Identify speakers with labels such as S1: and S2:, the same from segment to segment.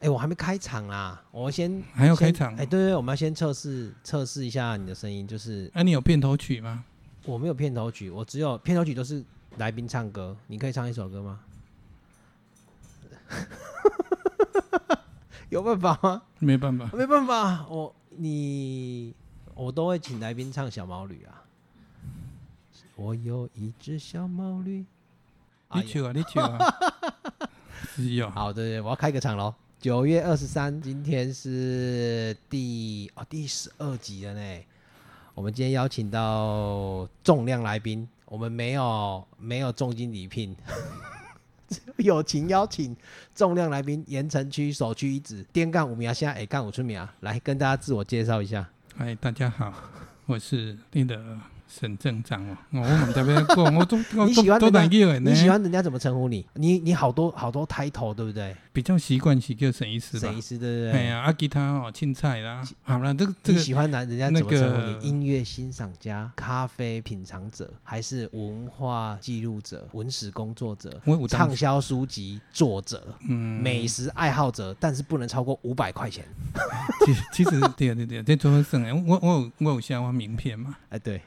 S1: 哎我还没开场啦，我先
S2: 还要开
S1: 先
S2: 场
S1: 哎，对对，我们要先测试测试一下你的声音，就是
S2: 啊那、你有片头曲吗？
S1: 我没有片头曲，我只有片头曲都是来宾唱歌，你可以唱一首歌吗？ 有办法吗？
S2: 没办法，
S1: 没办法，我你我都会请来宾唱小毛驴啊。我有一只小毛驴。哎
S2: 你
S1: 呀
S2: 去啊，你去 啊。是哦，
S1: 好的，我要开个场喽。九月二十三，今天是第哦第十二集了呢。我们今天邀请到重量来宾，我们没有没有重金礼聘， 只有友情邀请重量来宾，盐城区首屈一指，滇干五名，现在 A 干五村名，啊来跟大家自我介绍一下。
S2: 嗨，哎大家好，我是你的沈镇长哦。哦我们这边讲，我都我
S1: 你喜欢
S2: 都都
S1: 那个
S2: 难叫的呢
S1: 你。喜欢人家怎么称呼你？你你好多好多 title 对不对？
S2: 比较习惯是叫沈医师吧
S1: 沈医。师对不
S2: 哎
S1: 对？
S2: 呀，啊，吉他哦，青菜啦，好啦，这个这
S1: 你
S2: 个
S1: 喜欢男人家怎么称呼
S2: 那个
S1: 你？音乐欣赏家、咖啡品尝者，还是文化记录者、文史工作者、
S2: 我有当
S1: 畅销书籍作者、
S2: 嗯，
S1: 美食爱好者？但是不能超过五百块钱。
S2: 其其实对对对，这做好算的。我我有我有写我名片嘛，
S1: 哎，对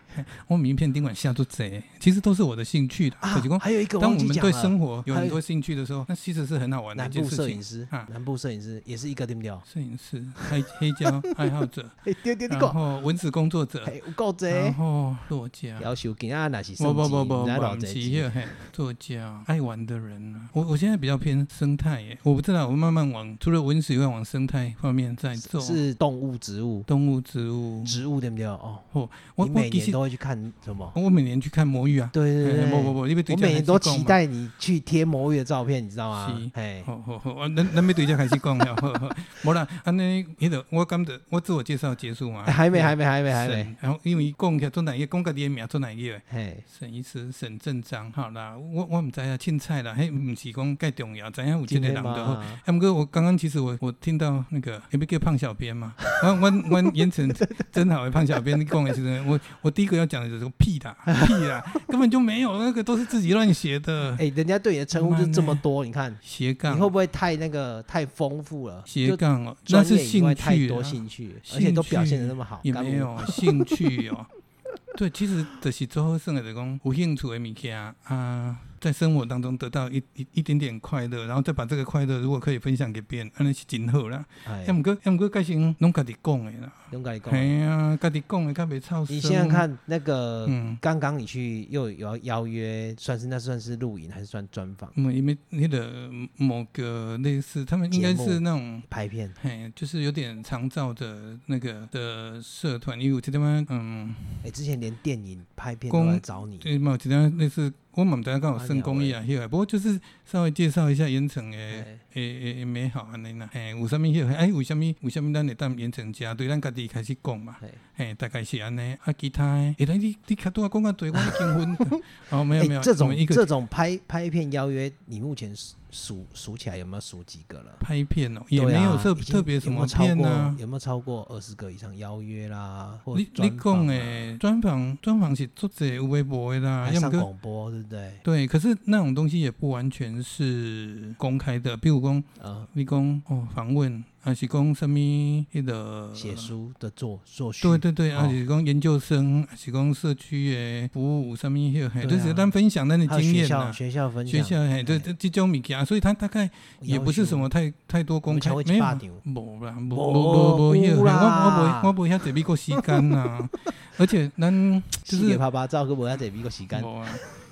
S2: 我名片顶管下都贼，其实都是我的兴趣的。
S1: 啊
S2: 就是说，
S1: 还有一个
S2: 当
S1: 忘
S2: 我
S1: 记
S2: 们
S1: 讲
S2: 对
S1: 了，哎
S2: 生活有
S1: 还
S2: 很
S1: 有
S2: 多兴趣的时候，那其实是很好玩的
S1: 南
S2: 一件
S1: 部
S2: 事
S1: 摄
S2: 情
S1: 影。师
S2: 啊，
S1: 南部摄影师也是一个对不对？
S2: 摄影师、黑黑胶爱好 者，
S1: 哎，对对对，
S2: 然
S1: 够，
S2: 后文字工作者，
S1: 哎，有够多。
S2: 然后作家。
S1: 要求今仔那是
S2: 不
S1: 升级，
S2: 不不不，
S1: 不
S2: 不
S1: 知道多少
S2: 不是
S1: 集
S2: 那个嘿，作家爱玩的人啊。我我现在比较偏生态耶，我不知道，我慢慢往除了文史以外，往生态方面在做。
S1: 是动物、植物、
S2: 动物、植物。
S1: 植物对不对？哦，
S2: 我
S1: 你
S2: 我
S1: 每
S2: 其
S1: 年
S2: 实
S1: 都会去看什么？
S2: 我每年去看魔芋啊。
S1: 对对对，
S2: 嘿不不不，你别对
S1: 我
S2: 这
S1: 每
S2: 样开始
S1: 年都
S2: 讲
S1: 期
S2: 嘛。
S1: 待你去贴魔芋的照片，你知道吗
S2: 是？
S1: 哎，
S2: 好好好，啊，咱咱要对这开始讲了，好好，无啦，安尼，迄个我感觉我自我介绍结束嘛，
S1: 哎 还没，还没，还没，还没，
S2: 哦神然后因为伊讲起来做哪一个，讲家己的名做哪一个的。
S1: 嘿，
S2: 沈医师、沈镇长，好啦，我我毋知影凊彩啦，迄毋是讲介重要，知影有即
S1: 今
S2: 个
S1: 天
S2: 人就好。
S1: 嘛，
S2: 啊，毋过我刚刚其实我我听到那个，要不叫胖小编嘛？ 我我我盐城真好的胖小编讲的时候，我我第一个要讲的就是屁 啦屁啦，根本就没有那个都是自己乱写的
S1: 哎，人家对你的称呼就这么多，你看
S2: 斜
S1: 你
S2: 杠
S1: 会不会太那个太丰富了？
S2: 斜
S1: 就
S2: 杠哦，那
S1: 专
S2: 是
S1: 业以外
S2: 兴
S1: 太
S2: 趣啦
S1: 多，兴趣，
S2: 兴
S1: 而且都表现的那么好，
S2: 也
S1: 干
S2: 没有兴趣 哦。对，其实就是做好算的，就是讲有兴趣的物件啊，在生活当中得到一一一点点快乐，然后再把这个快乐如果可以分享给别人，安尼是真好啦。
S1: 我，哎
S2: 要，毋过要毋过，改成拢家己讲的啦，
S1: 勇敢一讲，
S2: 系啊，家己讲的较袂臭
S1: 你
S2: 酸
S1: 现在，看那个。
S2: 嗯，
S1: 刚刚你去又有邀约，算是那算是录影还是算专访
S2: 嗯，因为那个某个类似，他们应该
S1: 节
S2: 是
S1: 目
S2: 那种。
S1: 拍片？
S2: 嘿，就是有点长照的那个的社团，因为有这地方，嗯，
S1: 哎，之前连电影拍片都
S2: 公
S1: 来找你，
S2: 对，嘛，有一点类似，我嘛毋知影敢有
S1: 啊
S2: 算公益啊，迄个，不过就是稍微介绍一下盐城的诶
S1: 哎
S2: 诶诶美好安尼啦，嘿，有啥物迄个，哎，有啥物有啥物咱会当盐城食，对咱家己开始讲嘛，
S1: 哎
S2: 嘿，大概是安尼，啊，其他诶，诶，咱你你较拄啊讲到对，我已经婚 了，哦，没有
S1: 哎
S2: 没有，
S1: 这
S2: 我
S1: 种
S2: 们一个
S1: 这种拍拍片邀约，你目前数数数起来有没有数几个了？
S2: 拍片哦，也
S1: 对啊
S2: 没有特
S1: 已经
S2: 特别什
S1: 有没
S2: 么
S1: 有超
S2: 片
S1: 过
S2: 啊。
S1: 有没有超过二十个以上邀约啦？或
S2: 你
S1: 专
S2: 你讲
S1: 访啊
S2: 诶，专访专访是作者有微博的啦，
S1: 还
S2: 要
S1: 上
S2: 么个
S1: 广播对不对？
S2: 对，可是那种东西也不完全是公开的，比如讲
S1: 啊，
S2: 你讲哦，访问还是讲什么迄个
S1: 写？书的作作序，
S2: 对对对，
S1: 哦
S2: 还是讲研究生，还是讲社区的服务有什么迄个，
S1: 对啊
S2: 就是咱分享咱的
S1: 还有
S2: 经
S1: 学
S2: 验
S1: 校
S2: 啦。
S1: 学校分
S2: 学
S1: 享，
S2: 校嘿，对这这种物件，所以他大概也不是什么太太多公开
S1: 有，没
S2: 没
S1: 有超过
S2: 有啊
S1: 一百场，
S2: 无啦，无
S1: 无
S2: 无无无迄
S1: 有
S2: 个，我
S1: 啦
S2: 我无我无遐侪美国时间啦，而且咱
S1: 四
S2: 就
S1: 个
S2: 是
S1: 啪啪照，个无要得比个时间，
S2: 无啊，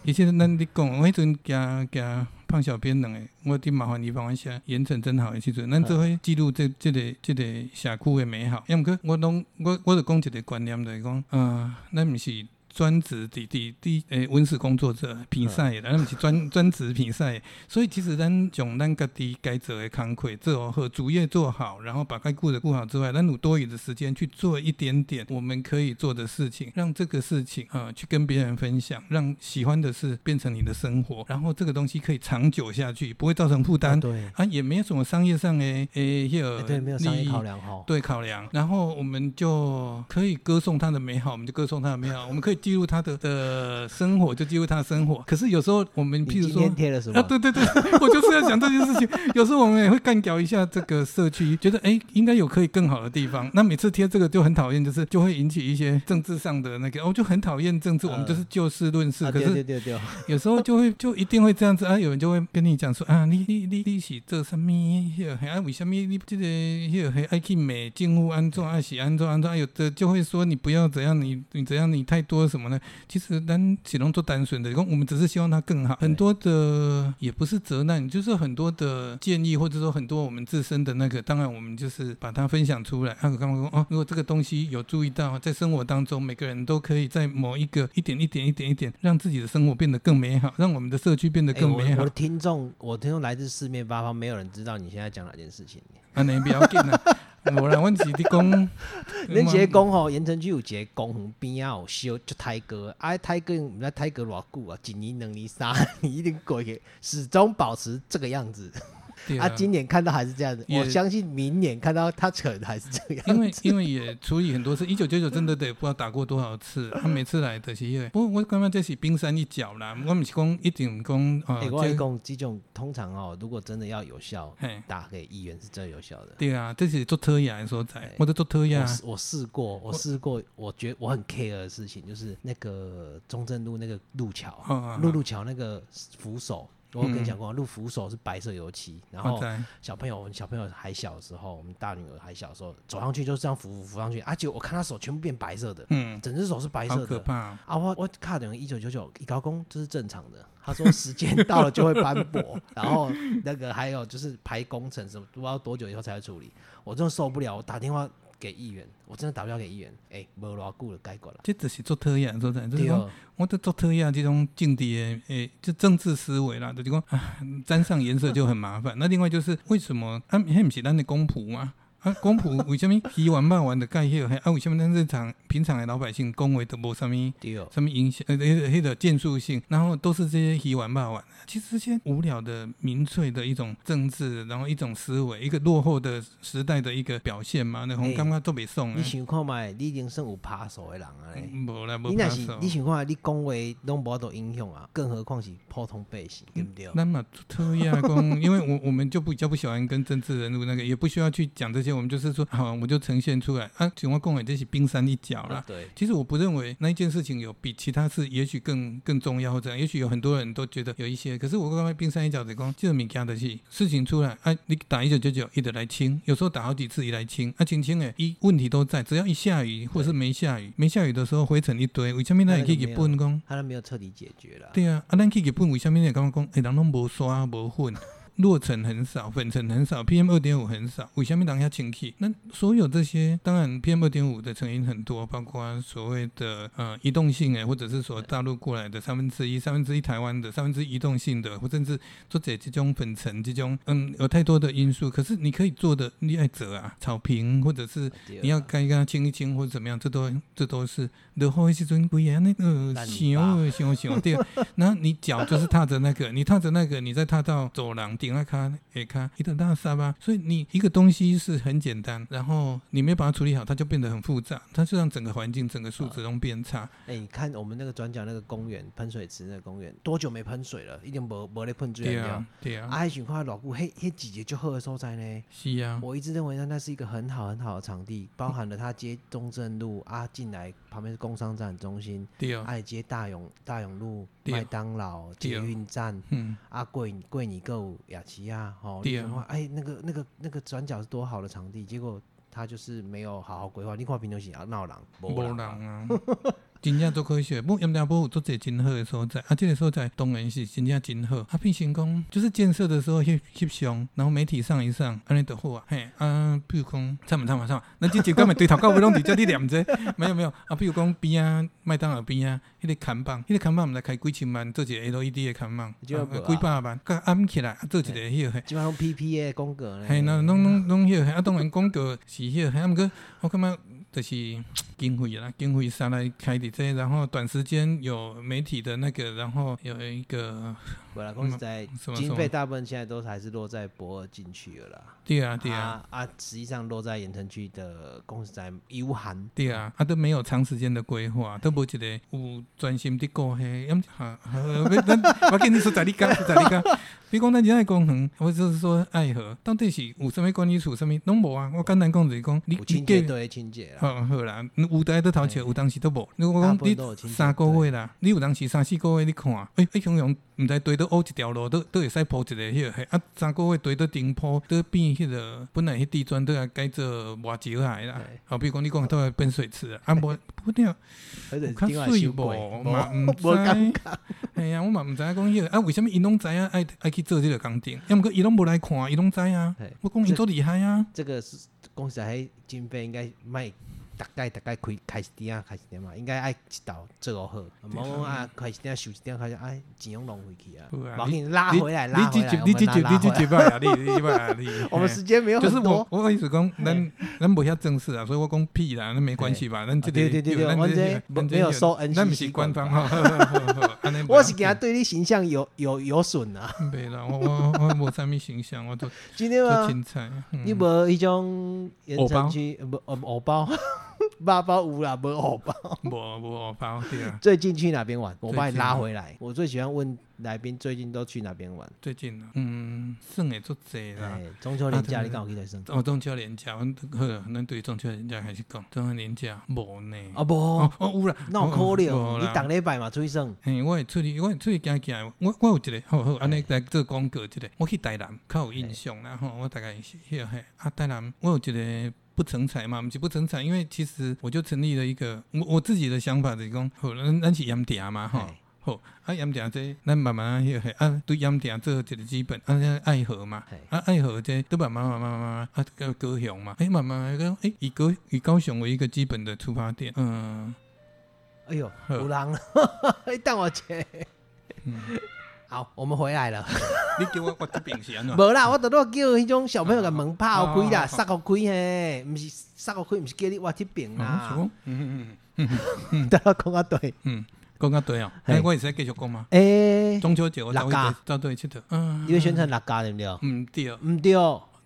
S2: 其实咱你讲，我迄阵行行胖小编两个，我伫麻烦你帮我写盐城真好的时阵，咱做伙记录这这个这个社区的美好。要毋过我拢我我就讲一个观念，就是讲，呃，咱毋是。专职伫伫伫诶，文史工作者比赛的，咱毋是专专职比赛的，所以其实咱从咱家己该做的工课做好，主业做好，然后把该顾的顾好之外，咱有多余的时间去做一点点我们可以做的事情，让这个事情啊、呃去跟别人分享，让喜欢的事变成你的生活，然后这个东西可以长久下去，不会造成负
S1: 啊
S2: 担
S1: 对，
S2: 啊，也没有什么商业上的呃诶迄
S1: 哎
S2: 个
S1: 对，没有商
S2: 利
S1: 业
S2: 益
S1: 考量哈，
S2: 呃对考量，然后我们就可以歌颂它的美好，我们就歌颂它的美好；我们可以记录他的的生活，就记录他的呃生活。可是有时候我们
S1: 你
S2: 譬如
S1: 今
S2: 说
S1: 天。贴了什么？
S2: 啊，对对 对，我就是要讲这件事情。有时候我们也会干掉一下这个社区，觉得哎，应该有可以更好的地方。那每次贴这个就很讨厌，就是就会引起一些政治上的那个，哦，就很讨厌政治。我们就是就事论事，
S1: 啊，
S2: 可
S1: 对
S2: 是
S1: 对对对，
S2: 有时候就会就一定会这样子啊，有人就会跟你讲说啊，你你你你是做什么？迄个嘿啊，为什么你这个迄个嘿爱去美政府安怎啊是安怎安怎？啊有的就会说你不要怎样，你你怎样你太多什么呢？其实咱只能做单纯的，就是我们只是希望它更好。很多的也不是责难，就是很多的建议，或者说很多我们自身的那个，当然我们就是把它分享出来。啊，我刚刚说哦，如果这个东西有注意到，在生活当中，每个人都可以在某一个一点一点一点一点，让自己的生活变得更美好，让我们的社区变得
S1: 哎
S2: 更
S1: 我
S2: 美好
S1: 我的。听众，我听众来自四面八方，没有人知道你现在讲哪件事情。，
S2: 啊，你不要紧啊，无啦，阮是伫讲
S1: 恁一个讲吼，盐城区有一个公园边啊有修就泰哥，啊泰哥毋知泰哥偌久啊，一年、两年、三年，一 定过去，始终保持这个样子。
S2: 对
S1: 啊，
S2: 啊，
S1: 今年看到还是这样子，
S2: 也
S1: 我相信明年看到他可能还是这样。
S2: 因为哦因为也处理很多次，一九九九真的得不知道打过多 少次，他、每次来的是因为，不过我感觉这是冰山一角啦，我们是讲一定讲啊，
S1: 哎，我跟你
S2: 这
S1: 讲，这种通常哦，如果真的要有效，
S2: 嘿，
S1: 打给议员是最有效的。
S2: 对啊，这是做特雅的所在，我在做特雅
S1: 哎我，试我试过，我试过，我觉得我很 care 的事情就是那个中正路那个路桥，
S2: 啊
S1: 陆路桥那个扶手，我有跟你
S2: 嗯
S1: 讲过，路扶手是白色油漆，然
S2: 我
S1: 后
S2: 在，
S1: 小朋友，我们小朋友还小的时候，我们大女儿还小的时候，走上去就这样扶扶扶上去，而且我看她手全部变白色的，
S2: 嗯，
S1: 整只手是白
S2: 好
S1: 色
S2: 可
S1: 的。
S2: 怕哦、
S1: 啊，我我卡等于一九九九，一高工这是正常的。他说时间到了就会斑驳，然后那个还有就是排工程什么，不知道多久以后才会处理。我真的受不了，我打电话给议员，我真的打不了给议员，哎、没偌久了，该管了。
S2: 这只是做特雅的所在，就是
S1: 对
S2: 讲
S1: 哦，
S2: 我在做特雅这种政治的诶，就政治思维啦，就是讲啊，沾上颜色就很麻烦。那另外就是为什么啊，迄毋是咱的公仆吗？啊，公仆为什么 鱼丸肉丸的概念，嘿啊，为什么咱日常平常的老百姓讲话都无啥物？
S1: 对哦，
S2: 什么影响，呃，那个那个建树性，然后都是这些洗碗骂碗。其实这些无聊的民粹的一种政治，然后一种思维，一个落后的时代的一个表现嘛。那
S1: 哎
S2: 红刚刚都没送啊
S1: 你想看麦，你已经算有扒手的人啊嘞。
S2: 无啦，无
S1: 你若
S2: 嗯拍
S1: 是
S2: 手
S1: 你。想看，你讲话拢无多影响啊，更何况是普通百姓，对不对？
S2: 嗯那么特亚公，因为我我们就比较不喜欢跟政治人物那个，也不需要去讲这些，我们就是说，好，我们就呈现出来啊。请问共委这是冰山一角啦，
S1: 对，
S2: 其实我不认为那一件事情有比其他事也许更更重要或怎样，也许有很多人都觉得有一些，可是我刚才冰山一角的讲，这个物件的是事情出来，哎、啊，你打一九九九，一直来清，有时候打好几次也来清，啊，清清诶，一问题都在，只要一下雨或是没下雨，没下雨的时候灰尘一堆，为什么那会去日本讲？
S1: 他都没有彻底解决了。
S2: 对啊，啊，咱去日本为什么会感觉讲，诶、哎人拢无刷无粉，落尘很少，粉尘很少，PM 二点五很少，为什么人遐清气？那所有这些，当然 PM 二点五的成因很多，包括所谓的呃移动性诶，或者是说大陆过来的三分之一、三分之一台湾的三分之一移动性的，或甚至做者这种粉尘这种，嗯，有太多的因素。可是你可以做的，你爱折啊，草坪或者是
S1: 对哦
S2: 你要该跟他清一清或者怎么样，这都这都是落雨的时阵，规个那个
S1: 烂泥巴
S2: 想想想 对啊，然后你脚就是踏着那个，你踏着那个，你再踏到走廊顶啊卡下卡，一等大沙巴。所以你一个东西是很简单，然后你没把它处理好，它就变得很复杂，它就让整个环境、整个素质都变差。
S1: 哎、你看我们那个转角那个公园，喷水池那个公园，多久没喷水了？一定没没咧喷水
S2: 对
S1: 了。
S2: 啊，对
S1: 啊，
S2: 啊，
S1: 还想看老久，嘿，嘿季节就好的所在呢。
S2: 是啊，
S1: 我一直认为呢，那是一个很好很好的场地，包含了它接中正路啊，进来旁边是工商展中心，
S2: 对啊，
S1: 爱接大勇大勇路、
S2: 对啊
S1: 麦当劳、捷
S2: 对啊
S1: 运站，
S2: 嗯，
S1: 啊，桂桂你购雅琪亚，哦，
S2: 对
S1: 你
S2: 啊
S1: 想看哎，那个那个那个转角是多好的场地，结果他就是没有好好规划。你看平常时啊闹人，
S2: 无
S1: 人
S2: 人
S1: 啊，
S2: 啊。 真正做科学，不过盐田埔有做者真好的所在，啊，这个所在当然是真正真好。啊，变成讲就是建设的时候翕翕相，然后媒体上一上，安尼就好啊。嘿，啊，比如讲，惨嘛惨嘛惨嘛，咱这集根本对头到尾拢伫遮你念者， 没有没有啊。比如讲边啊，麦当劳边啊，迄、个看板，迄、个看板毋知开几千万做一个 LED 的看板，
S1: 这个
S2: 啊
S1: 没啊
S2: 几百万，甲暗起来啊做一个迄、个。
S1: 基本上 P P 的风格呢，
S2: 系啦，拢拢拢迄个，啊，当然广告是迄个，啊，毋过我感觉就是其经费啦，经费上来开的这，然后短时间有媒体的那个，然后有一个
S1: 本来公司在
S2: 什么什
S1: 经
S2: 么
S1: 费大部分现在都还是落在博尔进去了啦。
S2: 对啊对啊
S1: 啊啊！实际上落在盐城区的公司在优涵，
S2: 对啊，啊都没有长时间的规划，都无一个有专心的顾啊嘿，要么哈，哈要咱我跟你说，在你讲，在你讲，比如讲咱热爱公园，或者是说爱河，到底是有什么管理处，什么拢无啊？我简单讲就是讲，你
S1: 有
S2: 你
S1: 清洁
S2: 计
S1: 队的清洁啦，
S2: 好好啦，有台都头笑，
S1: 嘿
S2: 有当时都无。如果
S1: 大
S2: 讲
S1: 部分都有
S2: 你
S1: 清洁
S2: 三个月啦，你有当时三四个月你看，哎、哎，雄雄毋知对倒凹一条路，倒倒会使铺一个迄、那个嘿，啊，三个月对倒顶铺，倒变迄、个本来迄地砖倒来改做外石来啦
S1: 对。
S2: 好，比如讲你讲倒来变水池啊， 啊无不了，
S1: 而且
S2: 有较
S1: 另外修
S2: 水
S1: 过，
S2: 无 嘛，毋
S1: 无感
S2: 知。哎呀，我嘛毋知影讲迄个啊，为什物伊拢知影爱爱去做即个工程？要毋过伊拢无来看，伊拢知啊
S1: 嘿。
S2: 我讲伊
S1: 这
S2: 做厉害啊。
S1: 这个是公司还经费应该卖大概大概开开始点啊开始点嘛，应该爱一道做个好，毛讲啊开始点收一点开始哎钱拢浪费去啊，
S2: 对啊
S1: 毛给 你拉
S2: 你
S1: 回来
S2: 你
S1: 拉
S2: 这
S1: 回来，
S2: 集
S1: 我
S2: 你
S1: 们
S2: 这
S1: 拉
S2: 集
S1: 拉
S2: 你
S1: 回
S2: 这
S1: 来
S2: 集摆啊，你你摆啊，你。
S1: 我们
S2: 嘿
S1: 时间没有
S2: 就是
S1: 很
S2: 我
S1: 多，，
S2: 我意 思讲，咱咱不遐正式啊，所以我讲屁啦，那没关系吧，咱这
S1: 对
S2: 里
S1: 对对对
S2: 咱
S1: 我们
S2: 这
S1: 这没有收 NCC
S2: 咱不是官方哦哈，安尼
S1: 我是给他对你形象有有有损 啊。
S2: 没啦，我我我无啥物形象，我都
S1: 今天
S2: 都
S1: 嘛，
S2: 凊彩。嗯
S1: 啊你无迄种盐
S2: 藕包
S1: 城区呃不呃藕包， 肉包有啦，无藕 包。
S2: 无无我包对啊，
S1: 最近去哪边玩？我把
S2: 最
S1: 你
S2: 近
S1: 拉
S2: 啊
S1: 回来。我最喜欢问来宾最近都去哪边玩。
S2: 最 近啊，嗯，算会足济啦。
S1: 哎，中秋
S2: 啊
S1: 连
S2: 对
S1: 假
S2: 对
S1: 你
S2: 对
S1: 刚好去台生。
S2: 哦，中秋连假，阮好啦，咱对中秋连假开始讲，中秋连假无呢。
S1: 啊不
S2: 哦，哦有啦，
S1: 那有
S2: 哦
S1: 可
S2: 无
S1: 能，
S2: 啦哦
S1: 你当礼拜嘛出去耍。
S2: 嘿，我会出去，我会出去行行。我我有一个，好好，安尼来做广告一个。我去台南较有印象啦吼，我大概是迄个嘿。啊，台南我有一个不成才嘛，毋是不成才，因为其实我就成立了一个我我自己的想法，就是讲，好，咱咱是盐埕嘛吼
S1: 嘿。
S2: 好，啊盐埕这咱慢慢迄个嘿，啊对盐埕做一个基本，啊这爱河嘛
S1: 嘿，
S2: 啊爱河这都慢慢慢慢慢慢啊到高雄嘛，诶、慢慢讲，诶、以高以高雄为一个基本的出发点，嗯。
S1: 哎呦，
S2: 呵
S1: 有人了， 你等我一下。
S2: 嗯
S1: 好，我们回来了。
S2: 你叫我我这边是安 怎？
S1: 无啦，我拄拄叫迄种小朋友甲门拍开
S2: 哦
S1: 啦，塞互开嘿，毋是塞互开，毋是叫你我这边
S2: 啊，我想
S1: 啦。
S2: 讲嗯嗯
S1: 等我讲啊 对。
S2: 嗯，讲到对哦，
S1: 嘿
S2: 哎，我会使继续讲吗？
S1: 诶，
S2: 中秋节我走
S1: 六
S2: 去
S1: 甲
S2: 走对佚佗，嗯，
S1: 你要宣传六家对不对？
S2: 嗯对，
S1: 毋对，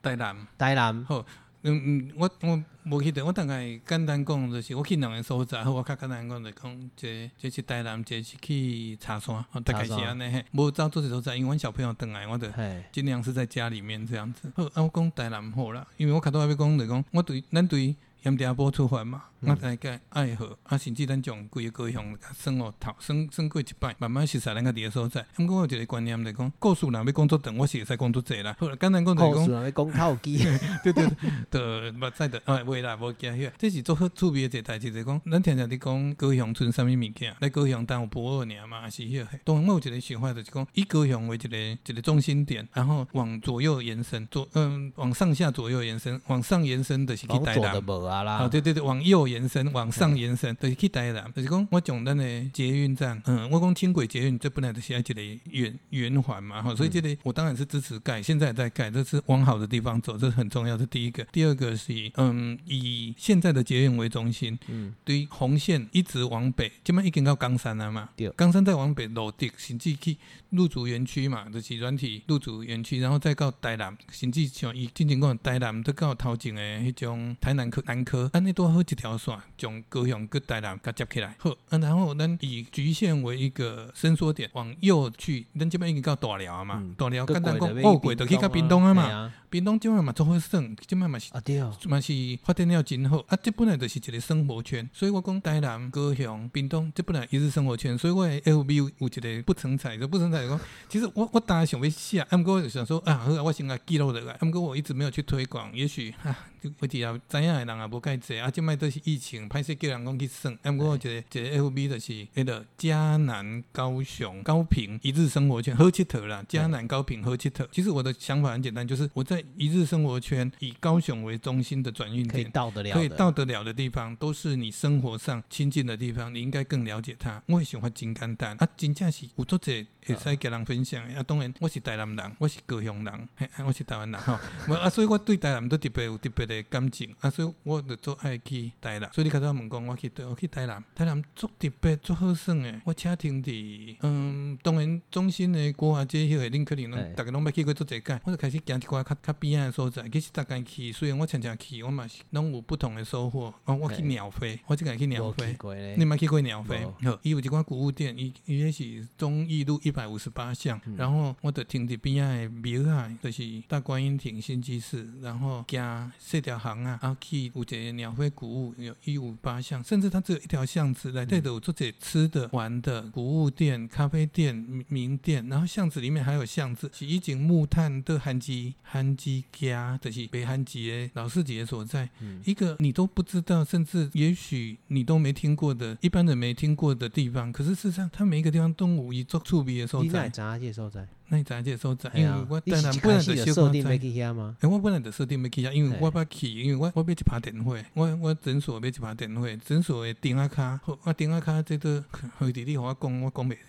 S2: 台南，
S1: 台南。
S2: 好，嗯嗯，我我无去到，我大概简单讲就是我去两个所在，好，我较简单讲就讲，这这是台南，这是去茶山，哦，大概是
S1: 茶山
S2: 安尼嘿，无走做一所在，因为阮小朋友回来，我就
S1: 嘿，
S2: 尽量是在家里面这样子。好，啊，我讲台南好啦，因为我较早要讲就是讲，我对咱对盐埕埔出发嘛，我大概爱好，啊，甚至咱从规个高雄算哦头，算算过一摆，慢慢熟悉咱家己的所在。啊，毋过我有一个观念就是讲，故事若要讲作长，我是会使讲作侪啦。好啦，简单讲就是
S1: 故
S2: 讲
S1: 事。啊人要讲较有 机。
S2: 对对对，目屎的，哎，袂啦，无惊迄。这是做好趣味的一个代志，就是讲，咱常常咧讲高雄剩啥物物件，咱高雄当有博尔尔嘛，啊还是迄、个。当然，我有一个想法，就是讲以高雄为一个一个中心点，然后往左右延伸，左嗯往上下左右延伸，往上延伸就是去
S1: 往
S2: 台
S1: 左的
S2: 南。
S1: 无啊
S2: 啊、
S1: 啦，
S2: 对对对，往右延伸，往上延伸，就是去台南，就是讲我从咱的捷运站，嗯，我讲轻轨捷运，这本来就是一个圆圆环嘛，哈，所以这里我当然是支持盖，现在也在盖，这是往好的地方走，这是很重要的第一个。第二个是以，嗯，以现在的捷运为中心，
S1: 嗯，
S2: 对于红线一直往北，即摆已经到冈山了嘛
S1: 对，
S2: 冈山再往北落地，甚至去入主园区嘛，就是软体入主园区，然后再到台南，甚至像伊之前讲的台南，再到头前的迄种台南科南科，安尼拄好一条线，从高雄跟台南甲接起来。好，啊、然后咱以局限为一个伸缩点，往右去，咱即摆已经到大寮啊嘛，
S1: 嗯
S2: 大寮
S1: 还
S2: 简单
S1: 过
S2: 讲
S1: 就，要
S2: 后过就去到屏东啊
S1: 嘿
S2: 嘛，嗯屏东即摆嘛做好耍，即摆嘛是
S1: 啊对哦，
S2: 嘛是发展了真好啊！这本来就是一个生活圈，所以我讲台南、高雄、屏东，这本来也是生活圈。所以我的 FB 有有一个不成才，这不成才就是讲，其实我我当然想要写，啊，毋过我就想说啊，好啊，我先来记录落来，啊，毋过我一直没有去推广，也许啊，就我底下知影的人也无介济，啊，即摆都是疫情，歹势叫人讲去耍，啊，毋过我一个一个 FB 就是迄个嘉南、高雄、高平一日生活圈，好佚佗啦，嘉南、高平好佚佗。其实我的想法很简单，就是我在一日生活圈以高雄为中心的转运
S1: 可以
S2: 点。
S1: 到得了
S2: 可以
S1: 的
S2: 到得了的地方，都是你生活上亲近的地方，你应该更了解它。我会喜欢真简单啊，真正是有作者会使给人分享的。啊，当然我是台南人， 我 是高雄人，嘿啊我是台湾人吼。无啊，所以我对台南都特别有特别的感情啊，所以我我着做爱去台南，所以你较早问讲我去倒，我去台南，台南足特别足好耍诶。我车停伫，嗯，当然中心诶国华街迄个，恁可能
S1: 嘿
S2: 拢逐个拢捌去过足侪届，我就开始行一寡较较边仔诶所在。其实逐间去，虽然我常常去，我嘛是拢有不同诶收获。哦，我去
S1: 嘿
S2: 鸟飞，我即间去鸟
S1: 我
S2: 飞
S1: 去。过咧
S2: 你，捌去过鸟飞
S1: 无？
S2: 好，伊有一寡古物店，伊伊迄是忠义路一百五十八巷，
S1: 嗯
S2: 然后我就停伫边仔的庙啊，就是大观音亭新居寺，然后行四条巷啊，啊去有一个鸟飞古物，有一五八巷，甚至它只有一条巷子内
S1: 嗯
S2: 底都有做者吃的、玩的、古物店、咖啡店、名名店，然后巷子里面还有巷子，是以前木炭的汉基汉基家，就是北汉基的老市集的所在。
S1: 嗯
S2: 一个你都不知道，甚至也许你都没听过的，一般人没听过的地方。可是事实上，它每一个地方都有伊足趣味的所
S1: 你哪会。
S2: 在
S1: 知影即个所在？
S2: 那咱这所在，
S1: 嘿
S2: 因
S1: 啊
S2: 为我
S1: 你
S2: 当
S1: 是
S2: 然
S1: 一
S2: 本
S1: 开
S2: 来
S1: 始
S2: 就
S1: 就
S2: 小
S1: 设
S2: 可
S1: 定要
S2: 知。
S1: 去遐 吗？
S2: 哎、我本来就设定要去遐，因为我捌去，因为我我买一拍电话，我我诊所买一拍电话，诊所的顶啊卡，好我顶啊卡这都， 好弟你和我讲，我讲袂了。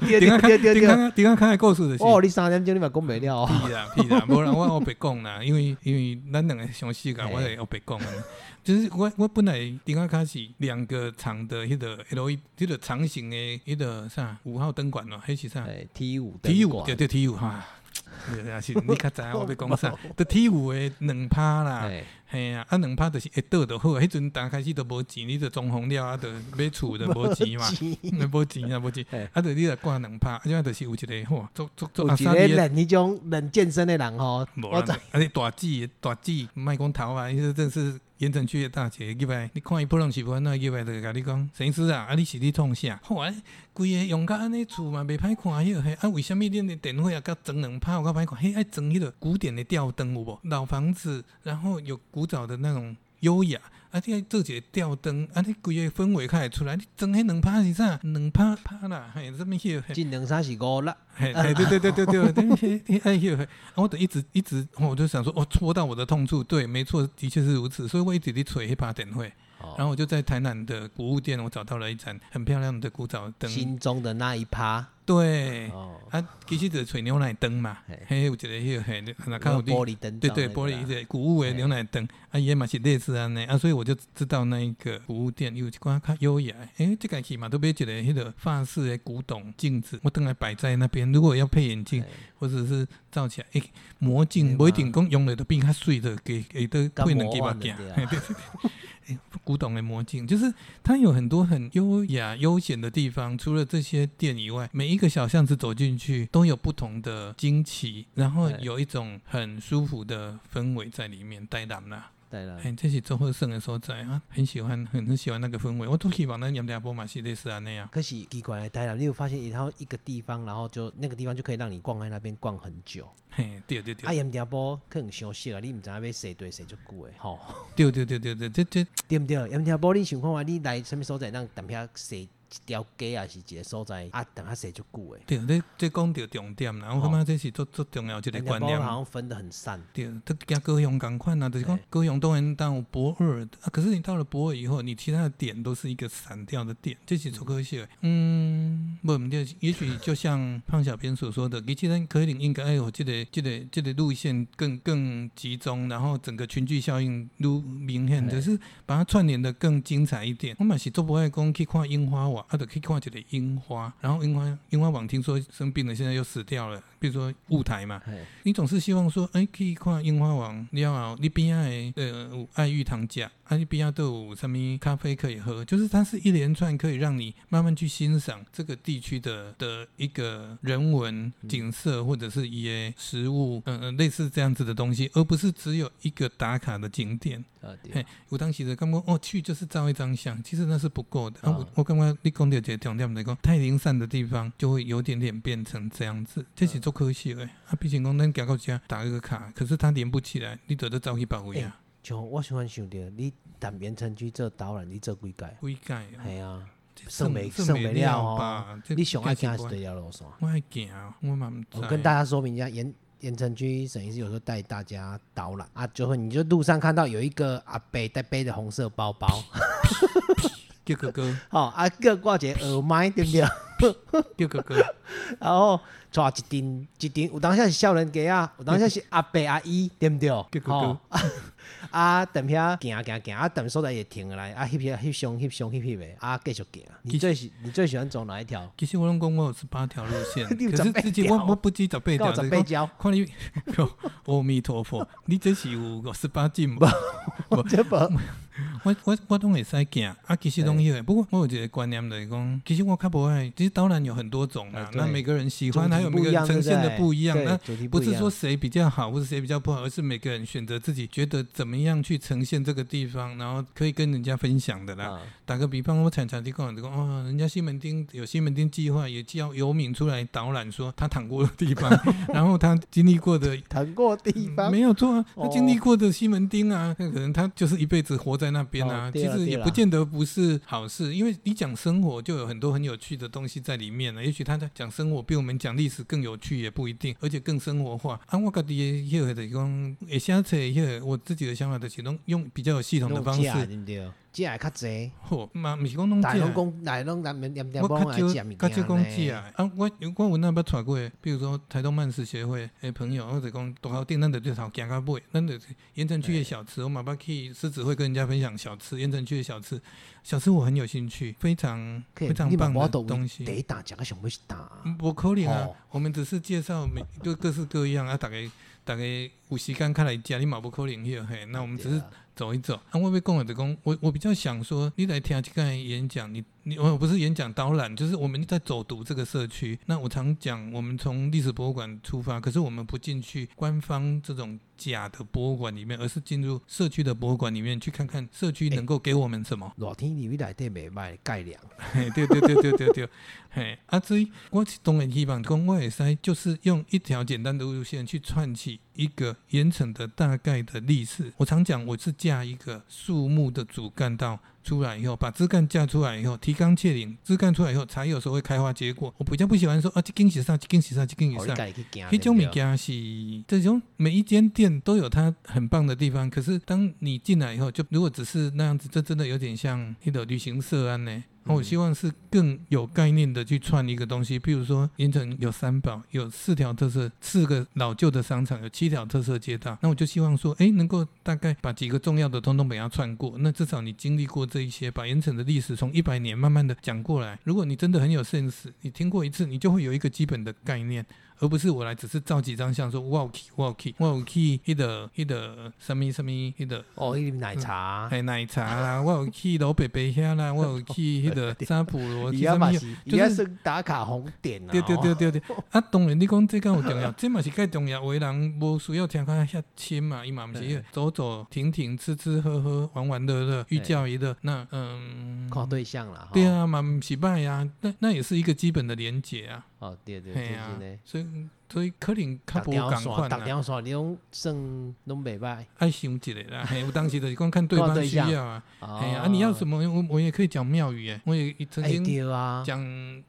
S1: 对
S2: 顶啊卡，
S1: 对对对
S2: 顶啊卡，顶啊卡的故事就是。
S1: 哦，你三点钟你嘛讲袂了哦，
S2: 屁啦屁啦，无啦，我后白讲啦，因为因为咱两个相识噶，
S1: 嘿
S2: 我会后白讲啊。就是我我本来顶下卡是两个长的迄个 L E，迄个长形的迄个啥五号灯管咯，迄是啥
S1: 哎，T 五
S2: ？T 五对对 T 五哈。 也是你较知影我要 讲
S1: 哦
S2: 啥？就 T 五的两趴啦，
S1: 哎，
S2: 嘿啊，啊两趴就是会倒就好。迄阵刚开始都无钱，你就装潢了啊，就买厝就无钱 嘛，无钱啊无钱
S1: 嘿，
S2: 啊就你就挂两趴，啊这就是有一个吼，足足足
S1: 有
S2: 阿
S1: 一
S2: 萨
S1: 个
S2: 利的
S1: 冷迄种冷健身的人吼，
S2: 无
S1: 我
S2: 啦
S1: 知，，
S2: 啊你大姐大姐，莫讲头啊，伊说真是盐城区的大姐，入来，你看伊普通是安怎入来，就甲你讲，沈医师啊，啊你是咧创啥？好啊，规个用甲安尼厝嘛袂歹看迄个，嘿啊为什物恁的电话啊甲装两拍有较歹看？迄爱装迄个古典的吊灯有无？老房子，然后有古早的那种优雅。啊！你爱做一个吊灯，啊！你规个氛围较会出来。你装迄两拍是啥？两拍拍啦，嘿，什物迄个？嘿
S1: 技能三十五啦，
S2: 嘿，嘿对对对对对，对对，哎呦，嘿我等一直一直，我就想说，哦，戳到我的痛处，对，没错，的确是如此，所以我一直在吹黑把灯会，然
S1: 哦，
S2: 后我就在台南的古物店，我找到了一盏很漂亮的古早灯，
S1: 心中的那一趴，
S2: 对，
S1: 哦，
S2: 啊，其实就是吹牛奶灯嘛
S1: 嘿，
S2: 嘿，有一个迄个嘿，那啊看有
S1: 有
S2: 你
S1: 玻璃灯罩
S2: 对
S1: 那个
S2: 对，
S1: 啦，
S2: 玻璃的古物的牛奶灯，啊，伊嘛是类似安尼啊，所以我就知道那一个古物店有一款较优雅的，诶，这个起嘛都买一个迄个法式的古董镜子，我等来摆在那边，如果要配眼镜
S1: 哎，
S2: 或者是照起来，诶，魔镜
S1: 对
S2: 不一定讲用了就变较水的，给给都配两支目镜
S1: 跟魔，
S2: 嘿对对对，诶古董的魔镜，就是它有很多很优雅悠闲的地方。除了这些店以外，每一个小巷子走进去都有不同的惊奇，然后
S1: 对
S2: 有一种很舒服的氛围在里面。带南啦，
S1: 对啦
S2: 哎、，这是周贺胜的所在啊，很喜欢，很很喜欢那个氛围。我都希望咱盐田波马是类似安那样。
S1: 可是奇怪，台南你有发现，然后一个地方，然后就那个地方就可以让你逛在那边逛很久。
S2: 嘿，对对对，
S1: 啊，盐埕埔可能伤熟啊，你毋知影要踅对踅足久诶，吼，
S2: 对对对对对，这这
S1: 对毋对？盐埕埔你想看觅，你来什物所在，咱踮遐踅一条街啊，是一个所在啊，踮遐踅足久诶。
S2: 对，这这讲到重点啦，我感觉这是足足重要的一个
S1: 盐
S2: 观
S1: 埕埔
S2: 念。
S1: 好像分得很散，
S2: 对，它跟高雄赶快啊，就是讲
S1: 对
S2: 高雄当然到博二啊，可是你到了博二以后，你其他的点都是一个散掉的点，这是足可惜的。嗯，不，唔对，也许就像胖小编所说的，其实咱可能应该有这个、这个、这个路线更更集中，然后整个群聚效应愈明显，
S1: 对
S2: 就是把它串联的更精彩一点。我嘛是做不爱讲去看樱花网，啊，就去看一个樱花，然后樱花樱花网听说生病了，现在又死掉了，比如说雾台嘛。
S1: 嘿，
S2: 你总是希望说，哎、去看樱花王了后，你边仔的呃有爱玉堂家，啊，你边仔都有什么咖啡可以喝，就是它是一连串可以让你慢慢去欣赏这个地区的的一个人文景色，或者是一些食物，嗯、呃，类似这样子的东西，而不是只有一个打卡的景点。
S1: 啊对
S2: 嘿，有当时就感觉哦，去就是照一张相，其实那是不够的。啊，
S1: 啊
S2: 我我感觉你讲到一个重点来讲，太零散的地方就会有点点变成这样子，这是做可惜的。啊，毕竟讲咱行到家打一个卡，可是它连不起来，你得得走去别位啊，
S1: 像我喜欢想着你踮盐城区做导览，你做几届？
S2: 悔改啊，
S1: 系啊，
S2: 这
S1: 算袂
S2: 算
S1: 算
S2: 袂
S1: 袂了
S2: 吧
S1: 哦？。
S2: 这
S1: 你上爱
S2: 这
S1: 行
S2: 是
S1: 是
S2: 我
S1: 对条路线。
S2: 我爱行，啊我嘛唔知。
S1: 我跟大家说明一下，盐盐城区沈医师有时候带大家导览啊，就会你就路上看到有一个阿伯在背着红色包包，
S2: 叫哥哥，
S1: 哦，啊个挂一个耳麦，对不对？
S2: 叫哥哥，
S1: 然后抓一 顶一顶，有当下是少年家啊，有当下是阿伯阿姨，对不对？
S2: 哥哥
S1: 哦，啊 啊，踮遐行行行，啊，踮所在也停下来，啊，翕翕翕相翕相翕翕的，啊，继续行。你最喜你最喜欢走哪一条？
S2: 其实我拢讲我有十八条路线，
S1: 你有
S2: 可是
S1: 18
S2: 自己
S1: 条
S2: 我我不止十八条，
S1: 到
S2: 就
S1: 十
S2: 是
S1: 八
S2: 讲
S1: 交，
S2: 看你，哦阿弥陀佛，你这是有五十八禁无？
S1: 这 不
S2: 啊我我我拢会使行，啊，其实拢迄个。不过我有一个观念就是讲，其实我较不爱，其实当然有很多种
S1: 啊
S2: 啦，
S1: 对
S2: 那每个人喜
S1: 主
S2: 欢，还
S1: 题
S2: 有每
S1: 不
S2: 个
S1: 一样，
S2: 人呈现的不一样，
S1: 对
S2: 那
S1: 主题
S2: 不
S1: 一
S2: 是
S1: 样
S2: 说谁比较好或者谁比较不好，而是每个人选择自己觉得怎么样去呈现这个地方，然后可以跟人家分享的啦。
S1: 啊
S2: 打个比方，我常常听讲，就讲哦，人家西门町有西门町计划，也叫游民出来导览，说他躺过的地 方，然后他经历过的。
S1: 谈过地方
S2: 没有错啊，他经历
S1: 哦
S2: 过的西门町啊，那可能他就是一辈子活在那边啊。
S1: 哦对
S2: 其
S1: 啦
S2: 实也
S1: 对啦
S2: 不见得不是好事，因为你讲生活就有很多很有趣的东西在里面了。啊也许他在讲生活比我们讲历史更有趣也不一定，而且更生活化。啊，我个的迄个就是讲，也写册迄个我自己的想法就是用用比较有系统的
S1: 弄
S2: 方
S1: 假的
S2: 式，
S1: 对不对？假的较济，
S2: 吼，嘛毋是讲弄
S1: 大
S2: 这
S1: 拢讲，大拢咱们点点
S2: 我
S1: 帮来
S2: 较
S1: 食
S2: 少
S1: 物
S2: 较少
S1: 件
S2: 讲
S1: 呢
S2: 这啊，啊，我我有那捌带过的，比如说台东曼食协会诶朋友，或者讲大口店，咱就对头行到尾，咱就是盐城区的小吃，我嘛捌去狮子会跟人家分享小吃，盐城区的小吃，小吃我很有兴趣，非常
S1: 可以
S2: 非常
S1: 你嘛
S2: 棒
S1: 无
S2: 的
S1: 懂
S2: 东
S1: 第一
S2: 西。
S1: 打讲个想要去打啊，
S2: 嗯不可能啊
S1: 哦！
S2: 我们只是介绍每就各式各样啊，大概大概有时间开来家，你嘛不可能迄嘿，那我们嗯只是
S1: 对啊
S2: 走一走。啊，我被讲我的讲，我我比较想说，你来听这个演讲，你你我不是演讲导览，就是我们在走读这个社区。那我常讲，我们从历史博物馆出发，可是我们不进去官方这种假的博物馆里面，而是进入社区的博物馆里面去看看社区能够给我们什么。
S1: 热天里面内底袂歹盖凉，
S2: 嘿，对对对对对对，嘿，啊，所以我是当然希望讲，我会使就是用一条简单的路线去串起一个盐城的大概的历史。我常讲，我是架一个树木的主干道出来以后，把枝干架出来以后，提纲挈领，枝干出来以后，才有时候会开花结果。我比较不喜欢说啊，这根是啥，这根是啥，这根
S1: 互你
S2: 是啥。
S1: 家己去行。
S2: 迄种物
S1: 对不对
S2: 件是这种每一间店都有它很棒的地方，可是当你进来以后，就如果只是那样子，这真的有点像一个旅行社安呢。
S1: 嗯
S2: 我希望是更有概念的去串一个东西，譬如说盐城有三宝，有四条特色，四个老旧的商场，有七条特色街道。那我就希望说，哎，能够大概把几个重要的通通把它串过，那至少你经历过这一些，把盐城的历史从一百年慢慢的讲过来。如果你真的很有 sense，你听过一次，你就会有一个基本的概念。而不是我来只是照几张相说我有去我有去我有去迄个迄个什么什么迄个
S1: 哦，伊奶茶，
S2: 哎奶茶啦，我有去老北北 遐啦，我有去迄个沙普罗去
S1: 伊啊
S2: 什么
S1: 嘛
S2: 的。
S1: 是，
S2: 就
S1: 伊啊
S2: 是
S1: 算打卡红点啊。
S2: 对对
S1: 哦
S2: 对对对，啊，当然你讲这个有重要，这嘛是介重要，为人无需要听看遐深嘛，伊嘛毋是那个走走停停，吃吃喝喝，玩玩乐乐，寓教于乐。那嗯，
S1: 看对象啦。
S2: 对
S1: 吼，
S2: 啊，嘛毋是歹啊，那那也是一个基本的连结啊，
S1: 哦对对
S2: 嘿
S1: 对，
S2: 啊
S1: 真的。，
S2: 所以所以可能
S1: 打
S2: 较无
S1: 条
S2: 共
S1: 线，
S2: 款
S1: 打
S2: 啊。
S1: 条线，你拢算拢袂歹。
S2: 爱想一个啦，嘿，有当时就是讲看对
S1: 看
S2: 方
S1: 对
S2: 需
S1: 象
S2: 要啊，
S1: 哦
S2: 嘿呀，啊，你要什么，我我也可以讲庙宇诶，我也曾
S1: 哎
S2: 经
S1: 对啊，
S2: 讲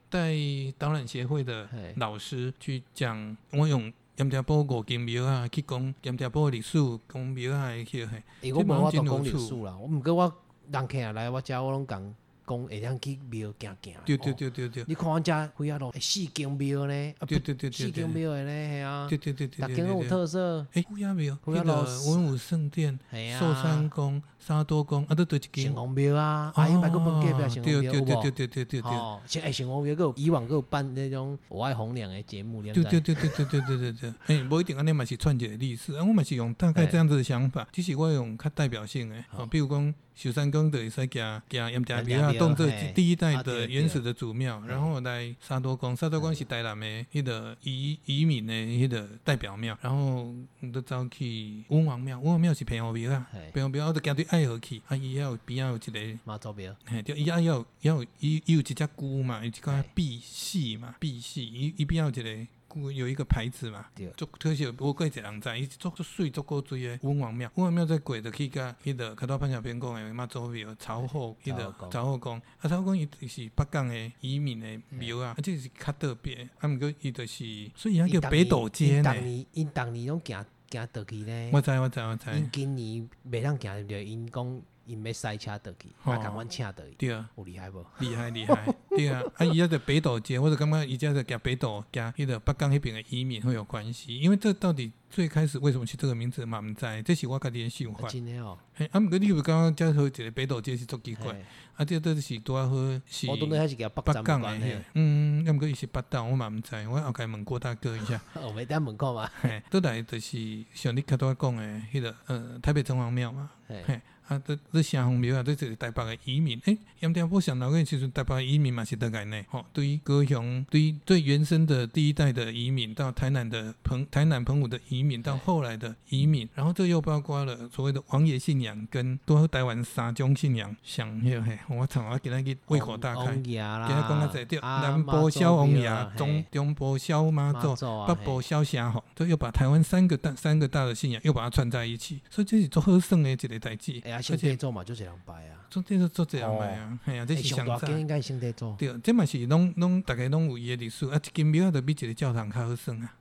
S2: 带导览协会的
S1: 嘿
S2: 老师去讲，我用盐田堡五间庙啊去讲盐田堡历史，讲庙啊的迄个嘿，
S1: 诶，我
S2: 这
S1: 无
S2: 蛮
S1: 法度
S2: 真有
S1: 讲历
S2: 趣
S1: 史啦，我毋过我人客来我遮，我拢讲讲会当去庙行行。
S2: 对对
S1: 哦。
S2: 对对对，
S1: 你看阮遮几啊路欸四间庙呢，啊
S2: 对对对对
S1: 不四
S2: 对
S1: 间庙的呢，嘿啊
S2: 对，对对对
S1: 逐
S2: 对
S1: 间拢有
S2: 对对。
S1: 特色，
S2: 哎，乌鸦庙，
S1: 乌鸦
S2: 迄
S1: 老
S2: 个
S1: 师
S2: 文武圣殿、
S1: 嘿啊。
S2: 寿山宫、沙多宫，啊，都对一间
S1: 城。隍庙啊，啊，迄摆个分隔壁城
S2: 哦对
S1: 隍
S2: 对
S1: 庙
S2: 对
S1: 有
S2: 对
S1: 无？
S2: 对对对对。
S1: 哦，像哎，像我有个以往个有办那种我爱红娘的节目，你
S2: 对
S1: 知
S2: 对
S1: 道？
S2: 对对对对对对 对，哎，无一定安尼嘛是串一个历史，啊，我嘛是用大概这样子的想法，只是我用较代表性的，
S1: 好
S2: 哦，比如讲寿山宫就会使行行盐田庙
S1: 盐
S2: 啊，
S1: 埕
S2: 当做
S1: 嘿
S2: 第一代
S1: 啊对
S2: 的
S1: 对
S2: 原始的祖庙，然后来沙多宫，沙多宫是台南的迄个移移民的迄个代表庙，然后都走去文王庙，文王庙是平和庙啊，
S1: 嘿，
S2: 平和庙我就行对爱河去，啊，伊遐有边啊有一个。
S1: 妈祖庙，
S2: 嘿，对，伊啊，伊有伊有伊伊有一只龟嘛，有一个
S1: 哎
S2: 碧玺嘛，碧玺，伊伊边仔有一个龟，有一个牌子嘛
S1: 对，
S2: 足特色，无过一个人知，伊足足水足够水的文王庙，文王庙再过着去甲迄个较大潘小平讲的妈祖庙、朝后迄
S1: 朝后
S2: 个
S1: 宫
S2: 朝后宫，啊朝后宫伊就是北港的移民的庙啊，啊这是较特别，啊毋过伊就是，所以伊叫北斗街
S1: 因
S2: 呢
S1: 当。年因当年拢行行倒去呢。
S2: 我知我知我知，
S1: 因今年袂当行对不对？因讲因要塞车倒去，
S2: 哦
S1: 啊，共阮请倒去，
S2: 对啊。
S1: 有厉害无？
S2: 厉害厉 害，对啊，啊伊遐着北斗街，我就感觉伊遮着行北斗，行迄个北港迄边的移民会有关系，因为这到底最开始为什么起这个名字嘛毋知，这是我家己的想
S1: 啊
S2: 法。
S1: 真诶哦，
S2: 嘿，啊毋过你有感觉遮好一个北斗街是足奇怪，
S1: 嘿
S2: 啊这都是拄啊好是
S1: 我当然还是甲北
S2: 北
S1: 站有
S2: 港的
S1: 关
S2: 那
S1: 系
S2: 个，，嗯，啊毋过伊是北斗，我嘛毋知，我后盖问郭大哥一下。
S1: 我们在哦门口嘛，
S2: 嘿，倒来就是像你较早讲的迄、个呃台北城隍庙嘛，
S1: 嘿
S2: 嘿，啊，这这城隍庙啊，这就是台北的移民。诶、盐田埔上楼的时阵，台北的移民嘛是大概呢，吼、对于高雄，对于最原生的第一代的移民，到台南的澎台南澎湖的移民，到后来的移民，然后这又包括了所谓的王爷信仰跟多台湾三种信仰，像迄、个嘿，我操，我今仔日胃口大开。
S1: 王爷啦，
S2: 今仔讲啊，侪对，
S1: 啊
S2: 南部萧王爷
S1: 妈，祖庙
S2: 中
S1: 啊嘿
S2: 中部萧妈祖
S1: 妈，祖啊
S2: 北部萧霞吼，都又把台湾三个大三个大的信仰又把它串在一起，所以这是做好耍的一个代志
S1: 嘿，哎呀，
S2: 而
S1: 先
S2: 且
S1: 天做嘛就是两百啊，
S2: 做这个做这样的啊，嘿啊，这
S1: 哎
S2: 是
S1: 上
S2: 上
S1: 大
S2: 早
S1: 间。应该先天做，
S2: 对，这嘛是拢拢大家拢有伊的历史啊，一间庙就比一个教堂较好耍啊，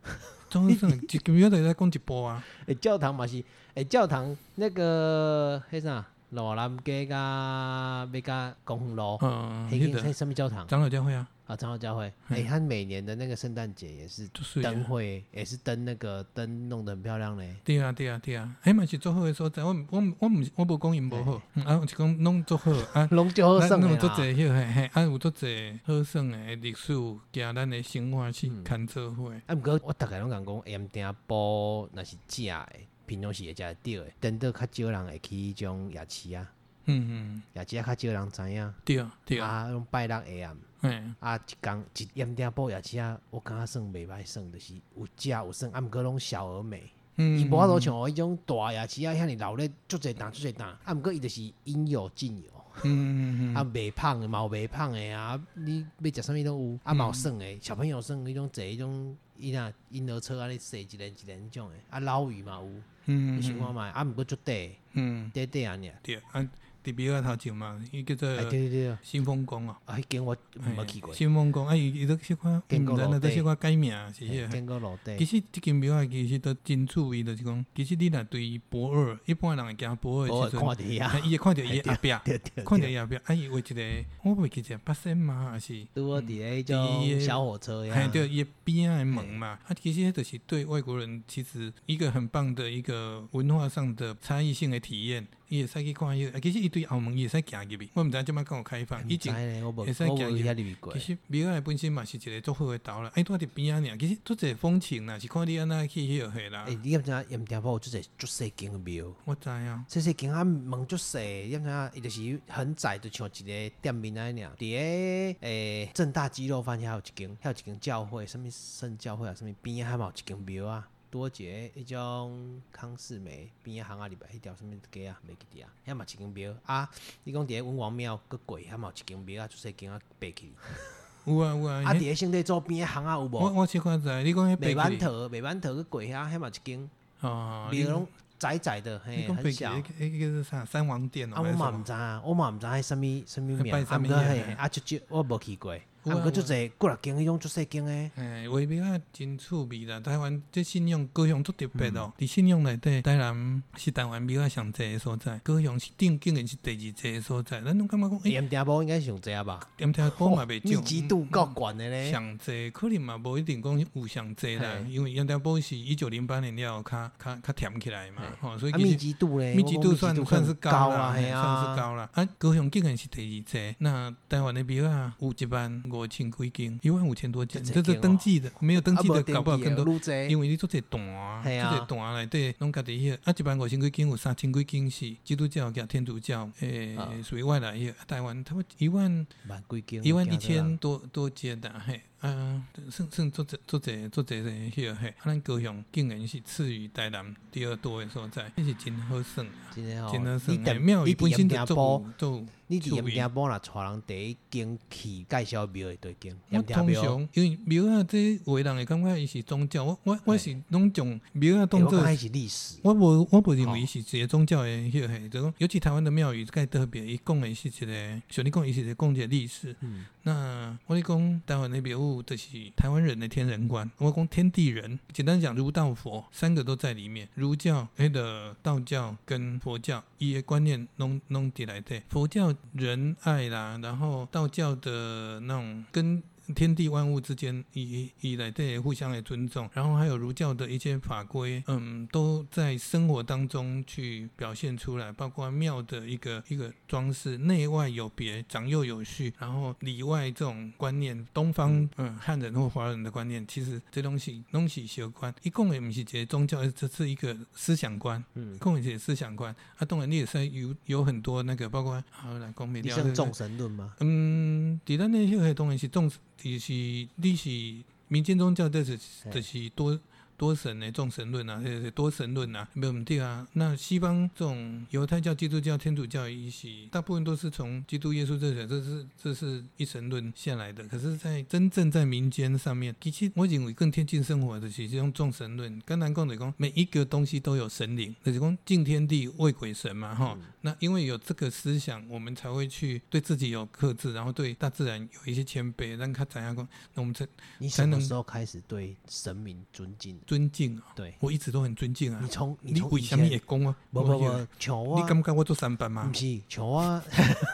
S2: 总好 耍，一间庙就来讲一波啊，
S1: 哎，教堂嘛是，哎，教堂那个迄啥，罗南街甲要甲公园路，
S2: 嗯，
S1: 迄
S2: 迄
S1: 哦个
S2: 个
S1: 什么教堂
S2: 长老教会啊，
S1: 啊？长老教会，
S2: 嗯
S1: 哎，他每年的那个圣诞节也是
S2: 就是啊
S1: 灯会，也是灯那个灯弄得很漂亮嘞。
S2: 对啊，对啊，对啊，迄嘛是做好的所在，我唔我唔我毋我无讲因无好，嗯啊，我是讲拢做好啊。
S1: 龙就好
S2: 咱
S1: 胜
S2: 咱
S1: 的
S2: 有足
S1: 啦，
S2: 侪迄嘿嘿，啊有足侪好耍诶历史，甲咱诶生活是牵做伙。
S1: 啊，毋过我逐个拢讲讲盐埕埔若是食的，平常时会食会着的，等到较少人会去迄种夜市啊，
S2: 嗯嗯，
S1: 夜市啊较少人知影，
S2: 对对，
S1: 啊，用拜六下暗。
S2: 嘿，
S1: 啊，一工一盐埕埔夜市啊，我感觉算袂歹算，就是有食有算，啊，毋过拢小而美。
S2: 嗯，
S1: 伊无法度像我迄种大夜市啊，遐尼闹热，足侪档足侪档，啊，毋过伊就是应有尽有。
S2: 嗯，嗯嗯
S1: 啊，
S2: 嗯，
S1: 袂胖的嘛有袂胖的啊，你要食啥物拢有，啊
S2: 嗯
S1: 嘛有耍的，小朋友耍迄种坐迄种伊若婴儿车安尼坐一人一人迄种的，啊捞鱼嘛有，
S2: 嗯
S1: 你想
S2: 嗯
S1: 看嘛，啊毋过足短
S2: 嗯，
S1: 短短安尼，啊
S2: 对啊，伫庙仔头前嘛，伊叫做
S1: 对对对，啊
S2: 新风宫哦，
S1: 迄间我毋捌哎去过
S2: 嘿，新风宫啊，伊伊都小可，毋
S1: 建
S2: 知
S1: 国
S2: 道
S1: 路
S2: 都
S1: 底
S2: 小可改名是迄
S1: 嘿
S2: 个。
S1: 哎见过落
S2: 其
S1: 地，
S2: 实即间庙啊，其实都真注意，就是讲，其实你若对博二，一般人会行博二
S1: 我
S2: 的
S1: 有
S2: 时
S1: 看
S2: 阵，
S1: 着伊啊
S2: 啊，，伊会看着伊的后壁。
S1: 对对
S2: 看着
S1: 对，
S2: 伊后壁，啊，伊有一个，我袂记者八仙嘛，还是？
S1: 拄好伫迄种小火车呀，
S2: 还嗯对，伊的边仔的门嘛，啊，其实那就是对外国人其实一个很棒的一个文化上的差异性的体验。伊会使去看迄、个，啊，其实伊对澳门伊会使行入去，我毋知即摆敢有开放，以
S1: 毋知
S2: 前。
S1: 呢，我无我无
S2: 会使行入
S1: 去遐入去过
S2: 其，实庙仔本身嘛是一个足好的岛啦，哎，住伫边仔尔，其实做者风情啦，是看你安那去迄落去啦
S1: 诶，。你敢知影盐埕埔有足侪足细间的庙？
S2: 我知啊，
S1: 细细间啊，门足细，你知影伊就是很窄，就像一个店面安尼尔。伫个诶正大鸡肉饭遐有一间，遐有一间教会，什物圣教会啊，什物边仔遐嘛有一间庙啊。多一个迄种康世美边仔巷啊仔里边迄条什物街啊，袂记得啊，遐嘛一间庙啊。你讲伫个文王庙佫过遐嘛有一间庙啊，就细间啊爬起。
S2: 有啊有啊。
S1: 啊，
S2: 那
S1: 伫个圣地做边仔巷仔有
S2: 我
S1: 无？
S2: 我小可知，你讲迄
S1: 卖
S2: 白
S1: 馒
S2: 起，
S1: 头，卖馒头佫过遐，遐嘛一间
S2: 哦，你
S1: 庙拢窄窄的，
S2: 你
S1: 嘿，
S2: 讲
S1: 哎
S2: 白
S1: 很
S2: 起，
S1: 小。
S2: 迄迄个叫做啥三王殿哦，
S1: 啊，我
S2: 还是
S1: 嘛
S2: 什么
S1: 毋知啊，我嘛毋知迄什物什物名，
S2: 拜
S1: 啊，
S2: 什
S1: 毋
S2: 么
S1: 过
S2: 名
S1: 嘿
S2: 嘿，
S1: 啊，就就我无去过，啊，
S2: 有啊
S1: 毋过足
S2: 有啊
S1: 侪几若间迄种足细间诶，
S2: 哎，话比啊真趣味啦！台湾这信用高雄足特别哦，
S1: 嗯
S2: 伫、信用内底，台南是台湾庙啊上济的所在，高雄是顶竟然是第二济的所在，咱拢感觉讲，哎、
S1: 盐埕埔应该上济啊吧？
S2: 点听讲嘛袂
S1: 密
S2: 少，嗯
S1: 集度够悬诶咧，
S2: 上济可能嘛无一定讲有上济啦，
S1: 嘿
S2: 因为盐田埔是一九零八年了后较较较甜起来嘛，吼、所以
S1: 啊，
S2: 其
S1: 密
S2: 实。
S1: 集度咧，
S2: 密
S1: 我
S2: 集
S1: 讲
S2: 度算算是高
S1: 高
S2: 啦，
S1: 啦，
S2: 嘿
S1: 嘿
S2: 算是
S1: 啊，
S2: 高啦。啊，高雄竟然是第二济，那台湾的庙啊，有一万五千几间，一万五千多间，
S1: 这
S2: 这是
S1: 间哦
S2: 登记的，没有登
S1: 啊
S2: 记
S1: 无
S2: 的，
S1: 登
S2: 搞不好
S1: 记
S2: 更
S1: 的
S2: 多。
S1: 愈济，
S2: 因为你做者单，
S1: 嘿啊
S2: 做者单内底拢家己迄，啊一万五千几间有三千几间是基督教甲天主教，诶、
S1: 啊
S2: 属于外来迄、啊台湾差不多一万
S1: 万几间，
S2: 一万一
S1: 惊死人
S2: 千，多多间的嘿，啊，算算做者做者做者迄嘿，啊咱高雄竟然是次于台南第二多的所在，迄是真好耍啊。
S1: 真诶
S2: 真
S1: 吼
S2: 好，耍
S1: 你
S2: 诶，
S1: 踮
S2: 庙宇
S1: 你
S2: 本
S1: 伫
S2: 身
S1: 盐
S2: 就
S1: 埕
S2: 做
S1: 埔，
S2: 做
S1: 你伫
S2: 趣
S1: 盐
S2: 味
S1: 埕埔若带人第一间去介绍庙诶，对间，
S2: 我
S1: 盐埕
S2: 通
S1: 庙，
S2: 常因为庙啊，这有的人会感觉伊是宗教，我我我
S1: 嘿
S2: 是拢将庙啊
S1: 欸
S2: 当
S1: 我
S2: 做
S1: 讲迄是历史，
S2: 我无我无认
S1: 吼
S2: 为伊是一个宗教的迄个嘿，就讲尤其台湾的庙宇介特别，伊讲的是一个，像你讲伊是一个讲一个历史。
S1: 嗯，
S2: 那我咧讲台湾的庙宇部就是台湾人的天人观。我讲天地人，简单讲儒道佛三个都在里面。儒教、迄个道教跟佛教，伊的观念拢拢伫内底。佛教仁爱啦，然后道教的那种跟天地万物之间以以来对互相的尊重，然后还有儒教的一些法规，嗯，都在生活当中去表现出来，包括庙的一个一个装饰，内外有别，长幼有序，然后里外这种观念，东方嗯汉人或华人的观念，其实这东西东西学观，一共也不是一个宗教，这是一个思想观，
S1: 嗯，
S2: 共也是思想观。啊，当然你也是有有很多那个，包括好来讲，美
S1: 你
S2: 聊
S1: 像众神论吗？
S2: 嗯，伫咱的迄个当然是众，就是你是民间宗教，这是
S1: 嘿
S2: 就是多多神的众神论啊，这是多神论啊，没有对啊。那西方这种犹太教、基督教、天主教一起，大部分都是从基督耶稣这些，这是这是一神论下来的。可是，在真正在民间上面，其实我认为更贴近生活的是这种众神论。刚才讲的讲，每一个东西都有神灵，就是讲敬天地、畏鬼神嘛，哈、
S1: 嗯
S2: 那因为有这个思想，我们才会去对自己有克制，然后对大自然有一些谦卑，让他怎样讲，那我们才
S1: 你
S2: 才
S1: 什么
S2: 能
S1: 时候开始对神明尊敬的？
S2: 尊敬啊、
S1: 对，
S2: 我一直都很尊敬啊
S1: 你。从你
S2: 你
S1: 从
S2: 为
S1: 以
S2: 什么
S1: 前
S2: 也，讲啊？
S1: 不不不，像我啊
S2: 你，感觉我做三班吗
S1: 不？是像 我，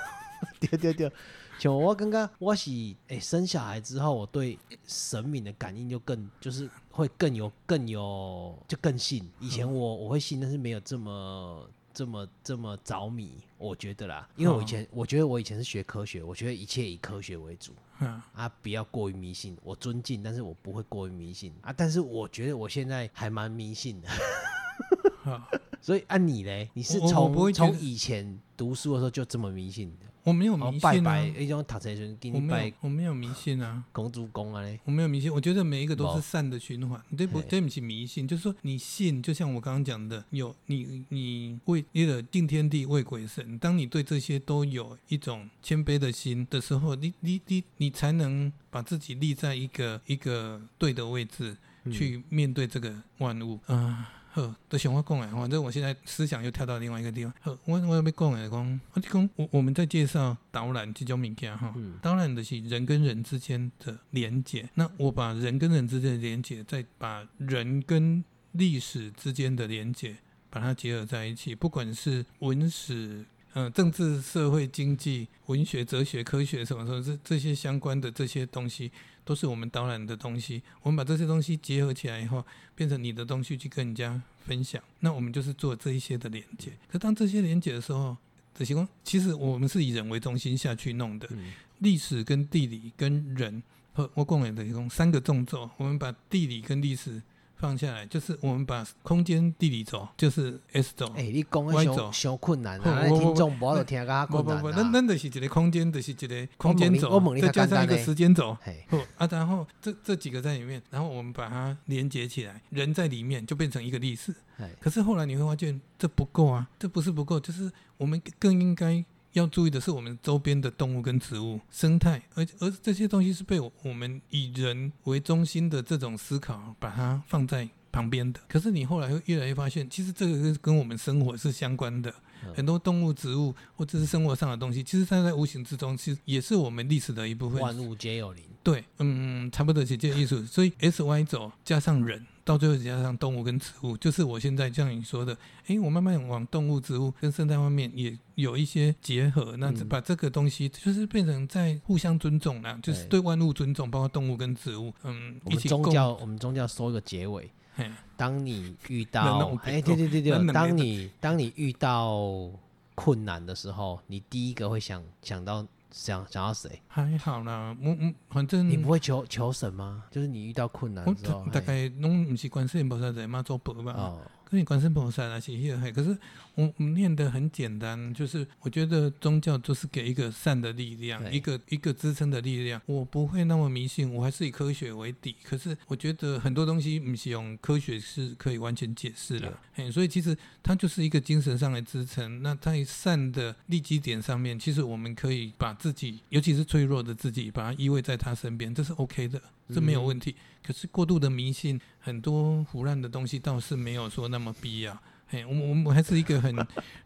S1: 对对对，像我刚刚我是诶、生小孩之后，我对神明的感应就更就是会更有更有就更信。以前
S2: 嗯
S1: 我我会信，但是没有这么。这么这么着迷，我觉得啦，因为我以前、我觉得我以前是学科学，我觉得一切以科学为主，
S2: 嗯
S1: 啊，不要过于迷信。我尊敬，但是我不会过于迷信啊。但是我觉得我现在还蛮迷信的。
S2: 好，
S1: 所以按你嘞，你是
S2: 我我我不
S1: 从
S2: 会觉得
S1: 从以前读书的时候就这么迷信的，
S2: 我没有
S1: 然后
S2: 迷
S1: 哦拜
S2: 信啊
S1: 拜，，一种读册的时候给
S2: 我
S1: 你
S2: 没
S1: 拜
S2: 有，我没有迷信啊。
S1: 公主公啊嘞，
S2: 我没有迷信，我觉得每一个都
S1: 没
S2: 是善的循环。这不
S1: 嘿
S2: 这不是迷信，就是说你信，就像我刚刚讲的，有你你为你的敬天地为鬼神，当你对这些都有一种谦卑的心的时候，你你你你才能把自己立在一个一个对的位置
S1: 嗯
S2: 去面对这个万物啊。呵，都想我讲诶，反正我现在思想又跳到另外一个地方。呵，我我要要讲诶，讲，我就讲我我们在介绍导览这种物件哈，
S1: 嗯
S2: 当然的是人跟人之间的连接。那我把人跟人之间的连接，再把人跟历史之间的连接，把它结合在一起，不管是文史。呃，政治、社会、经济、文学、哲学、科学什么什么，这这些相关的这些东西，都是我们导览的东西。我们把这些东西结合起来以后，变成你的东西去跟人家分享，那我们就是做这一些的连接。可当这些连接的时候，这些光其实我们是以人为中心下去弄的，
S1: 嗯
S2: 历史跟地理跟人和我共有的一共三个纵轴，我们把地理跟历史放下来，就是我们把空间地理轴，就是 S 轴。
S1: 哎，你讲
S2: 歪
S1: 的
S2: 走
S1: 上上困难
S2: 哼
S1: 啊，那
S2: 我
S1: 听
S2: 我
S1: 众不要听噶
S2: 不
S1: 困
S2: 不不，
S1: 难
S2: 那
S1: 啊。
S2: 那就是一个空间，就是一个空
S1: 我
S2: 间
S1: 问你我
S2: 轴
S1: 问，你
S2: 再
S1: 较
S2: 加
S1: 简
S2: 上
S1: 单
S2: 一个
S1: 呢
S2: 时间轴，
S1: 嘿，
S2: 哦啊，然后这这几个在里面，然后我们把它连接起来，人在里面就变成一个历史。
S1: 哎，
S2: 可是后来你会发现这不够啊，这不是不够，就是我们更应该要注意的是我们周边的动物跟植物生态，而而这些东西是被我我们以人为中心的这种思考把它放在旁边的。可是你后来会越来越发现，其实这个是跟我们生活是相关的，
S1: 嗯
S2: 很多动物、植物或者是生活上的东西，其实它在无形之中，其实也是我们历史的一部分。
S1: 万物皆有灵，
S2: 对，嗯，差不多是这个意思。所以 S Y 轴加上人，到最后加上动物跟植物，就是我现在像你说的，诶，我慢慢往动物、植物跟生态方面也有一些结合，那
S1: 嗯
S2: 把这个东西就是变成在互相尊重啦，就是
S1: 对
S2: 对万物尊重，包括动物跟植物，嗯，
S1: 我
S2: 一
S1: 们
S2: 起
S1: 宗
S2: 共。
S1: 教我们宗教收一个结尾，
S2: 嘿
S1: 当你遇
S2: 那那
S1: 到
S2: 我
S1: 哎，对对对
S2: 那那
S1: 对，
S2: 没
S1: 当
S2: 得
S1: 你当你遇到困难的时候，你第一个会想想到想想到谁？
S2: 还好啦，我嗯，反正
S1: 你不会求求神吗？就是你遇到困难
S2: 我
S1: 之后，
S2: 大
S1: 嘿
S2: 概拢毋是观世音菩萨在嘛做佛吧。
S1: 哦，
S2: 可以观世菩萨来写迄个，可是我我们念的很简单，就是我觉得宗教就是给一个善的力量，
S1: 对
S2: 一个一个支撑的力量。我不会那么迷信，我还是以科学为底。可是我觉得很多东西不是用科学是可以完全解释的。嘿，所以其实它就是一个精神上的支撑。那在善的利基点上面，其实我们可以把自己，尤其是脆弱的自己，把它依偎在他身边，这是 OK 的，这没有问题。可是过度的迷信，很多胡乱的东西倒是没有说那么必要。嘿，我们我们还是一 个很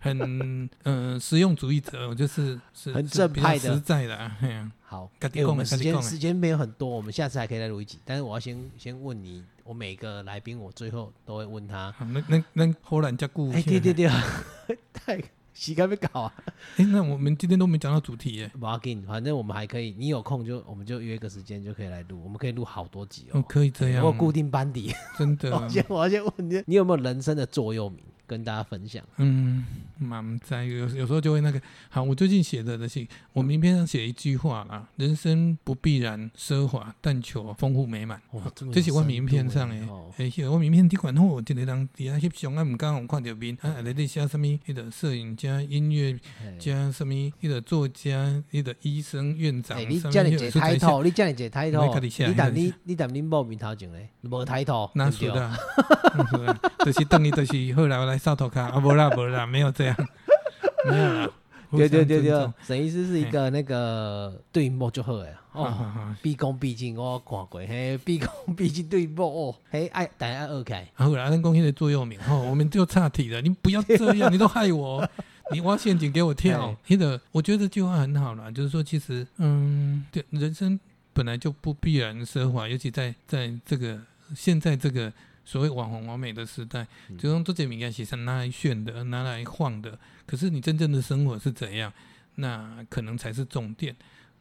S2: 很嗯、呃实用主义者，我就是是
S1: 很
S2: 是
S1: 正
S2: 比较
S1: 派的
S2: 实在的、啊。嘿啊、
S1: 好好，
S2: 自己
S1: 欸我
S2: 讲
S1: 们
S2: 的
S1: 时
S2: 自己
S1: 间
S2: 讲的
S1: 时间没有很多，我们下次还可以再录一集。但是我要先 先问你，我每个来宾我最后都会问他，
S2: 好那那那忽然加固，
S1: 哎、对对，对， 太洗干没搞啊，
S2: 哎，那我们今天都没讲到主题耶，
S1: 不要紧，反正我们还可以，你有空就我们就约个时间就可以来录，我们可以录好多集
S2: 哦，
S1: 哦。
S2: 可以这样
S1: 我有，固定班底，
S2: 真 的，
S1: 我先我要先问你，你有没有人生的座右铭跟大家分享？
S2: 嗯，蛮在有有时候就会那个。好，我最近写的的信，我名片上写一句话啦：人生不必然奢华，但求丰富美满。
S1: 哇，哦么有
S2: 哦这是我
S1: 深
S2: 名片
S1: 度
S2: 上
S1: 欸
S2: 诶
S1: 哦，
S2: 诶、迄个我名片顶款好，一个人伫遐翕相啊，毋敢互看着面，啊，内底写啥物，迄个摄影家、音乐
S1: 嘿
S2: 家，啥物，迄个作家，迄个医生、院长
S1: 哎、，你
S2: 啥物
S1: 这样一个抬，
S2: 那个
S1: 头，你这样一个抬
S2: 我要
S1: 头，
S2: 自己写
S1: 你
S2: 那
S1: 但
S2: 个
S1: 你
S2: 是
S1: 你但你某面头前嘞，无抬头，
S2: 那
S1: 对
S2: 是
S1: 不
S2: 的
S1: 对？
S2: 啊，嗯是啊，就是等于就是后来我来扫涂骹啊，无啦无啦，没有这样，没有啦，互
S1: 对对
S2: 相
S1: 对
S2: 尊
S1: 对
S2: 重，，
S1: 沈医师是一
S2: 嘿啊
S1: 个那个对某就好诶，
S2: 好
S1: 哦，
S2: 好好。
S1: 毕恭毕敬我看过，嘿，毕恭毕敬对某哦，嘿爱但爱二开，
S2: 然后来安公司的座右铭哦 吼，我们就岔题了。你不要这样，你都害我，哦你挖陷阱给我跳
S1: 哎。
S2: 那个，我觉得这句话很好啦，就是说，其实，嗯，对，人生本来就不必然奢华，尤其在在这个现在这个所谓网红完美的时代，
S1: 嗯
S2: 就用这些名言写上拿来炫的，拿来晃的。可是你真正的生活是怎样，那可能才是重点。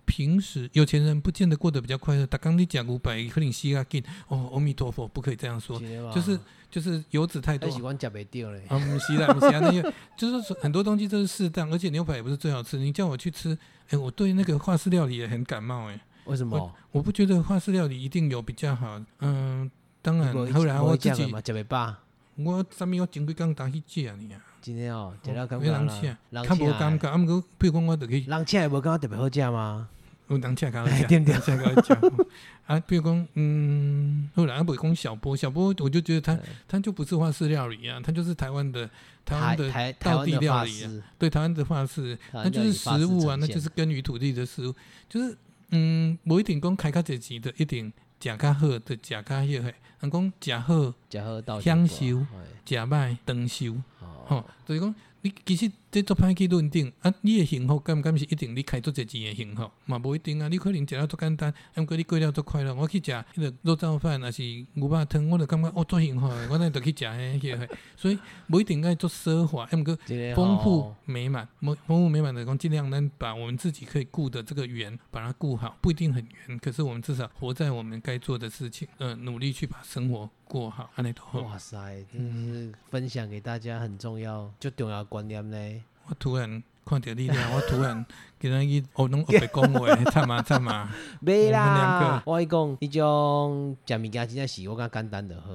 S2: 平时有钱人不见得过得比较快乐，打刚你讲五百，可能吸啊劲哦，阿弥陀佛，不可以这样说。就是就是油脂太多
S1: 很。啊喜欢食袂掉嘞，
S2: 啊，不是啦，不是啦，那些就是说很多东西都是适当，而且牛排也不是最好吃。你叫我去吃，哎、我对那个法式料理也很感冒、哎，
S1: 为什么？
S2: 我不觉得法式料理一定有比较好。嗯，当
S1: 你
S2: 然
S1: 没，
S2: 后来啊我自
S1: 没吃过
S2: 己，
S1: 嘛，食袂饱，
S2: 我上面我前几工打去吃啊，你啊，
S1: 真的哦，食了感
S2: 没
S1: 觉
S2: 人
S1: 啦
S2: 吃，
S1: 人
S2: 看无感
S1: 吃
S2: 觉。啊，毋过比如讲我就去，
S1: 人吃也啊无感觉特别好食吗？
S2: 有人吃搞
S1: 哎
S2: 吃，
S1: 对不对
S2: 人吃搞吃。啊，比如讲，嗯，后来阿伟讲小波，小波我就觉得他他就不是法式料理啊，他就是台湾的台湾
S1: 台
S2: 的
S1: 台台
S2: 道
S1: 湾
S2: 地
S1: 的
S2: 料
S1: 法
S2: 理啊
S1: 式，
S2: 对台湾的话是，
S1: 台
S2: 那
S1: 湾
S2: 就
S1: 料
S2: 是
S1: 理法
S2: 食
S1: 式
S2: 物啊，
S1: 呈
S2: 那就
S1: 现
S2: 是耕于土地的食物，就是嗯，无一定讲开较侪钱的，一定食较好的，食较迄个，人讲食好、
S1: 食好哎哦到
S2: 享受食歹长寿，吼、就是讲你其实这做歹去论定啊，你的幸福感敢是一定你开足侪钱的幸福，嘛无一定啊，你可能食了足简单，啊，毋过你过了足快乐。我去食迄个肉燥饭，还是牛肉汤，我就感觉哦足幸福的，我那就去食迄个，所以无一定爱做奢华，啊，毋过。
S1: 哦
S2: 丰富美满，丰丰富美满的工，尽量能把我们自己可以顾的这个圆，把它顾好，不一定很圆，可是我们至少活在我们该做的事情，嗯、努力去把生活过好，安尼都 好。
S1: 哇塞，真的是分享给大家很重要、就重要的观念呢。
S2: 我突然看到你了，我 突然给人一哦，拢学白讲话，惨嘛惨啊嘛，
S1: 没
S2: 我们
S1: 啦
S2: 两，
S1: 我跟你讲，迄种食物件真正是我感觉简单就好。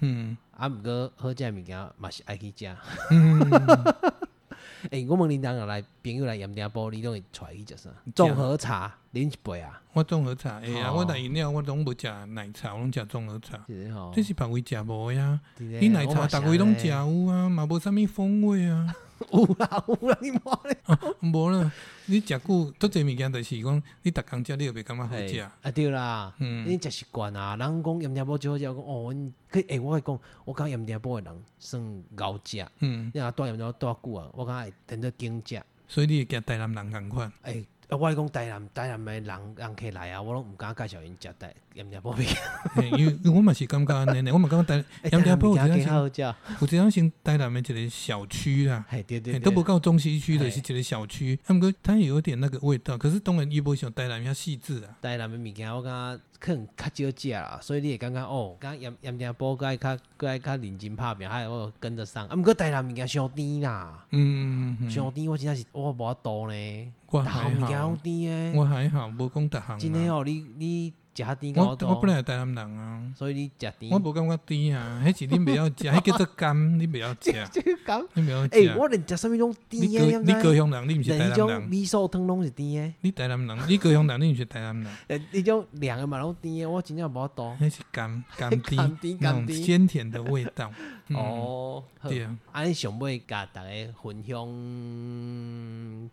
S2: 嗯
S1: 啊，毋过好食的物件嘛是爱去食。
S2: 嗯，
S1: 诶、我问恁人若来朋友来盐埕埔，你拢会带伊食啥？综合茶，啉一杯啊，
S2: 我综合茶会啊，
S1: 哦
S2: 我来饮料我拢无食奶茶，我拢食综合茶，
S1: 是吼。
S2: 这是别位食无的啊，
S1: 真的
S2: 你奶
S1: 哦我
S2: 茶
S1: 嘛是
S2: 逐位拢
S1: 安
S2: 食
S1: 尼
S2: 有啊，嘛无啥物风味啊。
S1: 有啦有啦，你妈咧。
S2: 无啦，你食久，多侪物件就是讲，你逐工食你就袂感觉好
S1: 嘿
S2: 食。
S1: 啊对啦，
S2: 嗯
S1: 你食习惯啊，人讲盐埕埔最好食，我讲哦，阮去诶，我会讲，我讲盐埕埔的人算贤食。
S2: 嗯，
S1: 你若带盐埕埔带久啊，我感觉会变做经食。
S2: 所以你会惊台南人共款。
S1: 诶、啊我是讲台南台南的人人客来啊，我拢毋敢介绍因食台盐埕埔面。
S2: 嘿因为因为我嘛是感觉安尼呢，我嘛感觉台
S1: 欸
S2: 盐埕埔有啊
S1: 台
S2: 一
S1: 南物
S2: 种
S1: 件
S2: 像
S1: 好食，
S2: 有一种像台南的一个小区啦。
S1: 嘿对
S2: 嘿
S1: 对
S2: 都
S1: 对，
S2: 无到中西区的是
S1: 嘿
S2: 一个小区，啊，毋过它也有点那个味道，可是当然伊无像台南遐细致啊。
S1: 台南的物件我感觉可能较少食啦，所以你会感觉哦，感觉盐盐埕埔个爱较个爱较认真拍拼，还有我有跟得上。啊，毋过台南物件伤甜啦，
S2: 嗯，嗯嗯
S1: 伤甜我真正是我无法度呢，
S2: 我
S1: 逐项
S2: 还
S1: 物件拢
S2: 好，
S1: 甜
S2: 我
S1: 诶，
S2: 还好，无讲逐项。
S1: 真诶哦，你你食甜
S2: 啊我
S1: 够
S2: 我
S1: 多
S2: 本，来是台南人啊，
S1: 所以你食甜
S2: 我，无感觉甜啊，迄是你袂晓食，迄 叫做甘，你袂晓食，
S1: 这个讲，
S2: 你袂晓
S1: 诶，
S2: 食。
S1: 哎我连食啥物拢甜
S2: 啊你
S1: 诶，
S2: 高你
S1: 你
S2: 高雄人，你毋是台
S1: 连迄
S2: 南
S1: 种
S2: 人，
S1: 米寿汤拢是甜诶。
S2: 你台南人，你高雄人，你毋是台 南人，
S1: 呃，迄种凉的嘛，拢甜的，我真正无法度。
S2: 那是甘甘
S1: 甘
S2: 甜
S1: 甜
S2: 那
S1: 甘
S2: 种
S1: 甜
S2: 鲜甜的味 道。嗯，
S1: 哦，好
S2: 对啊，
S1: 啊，你想要甲大家分享，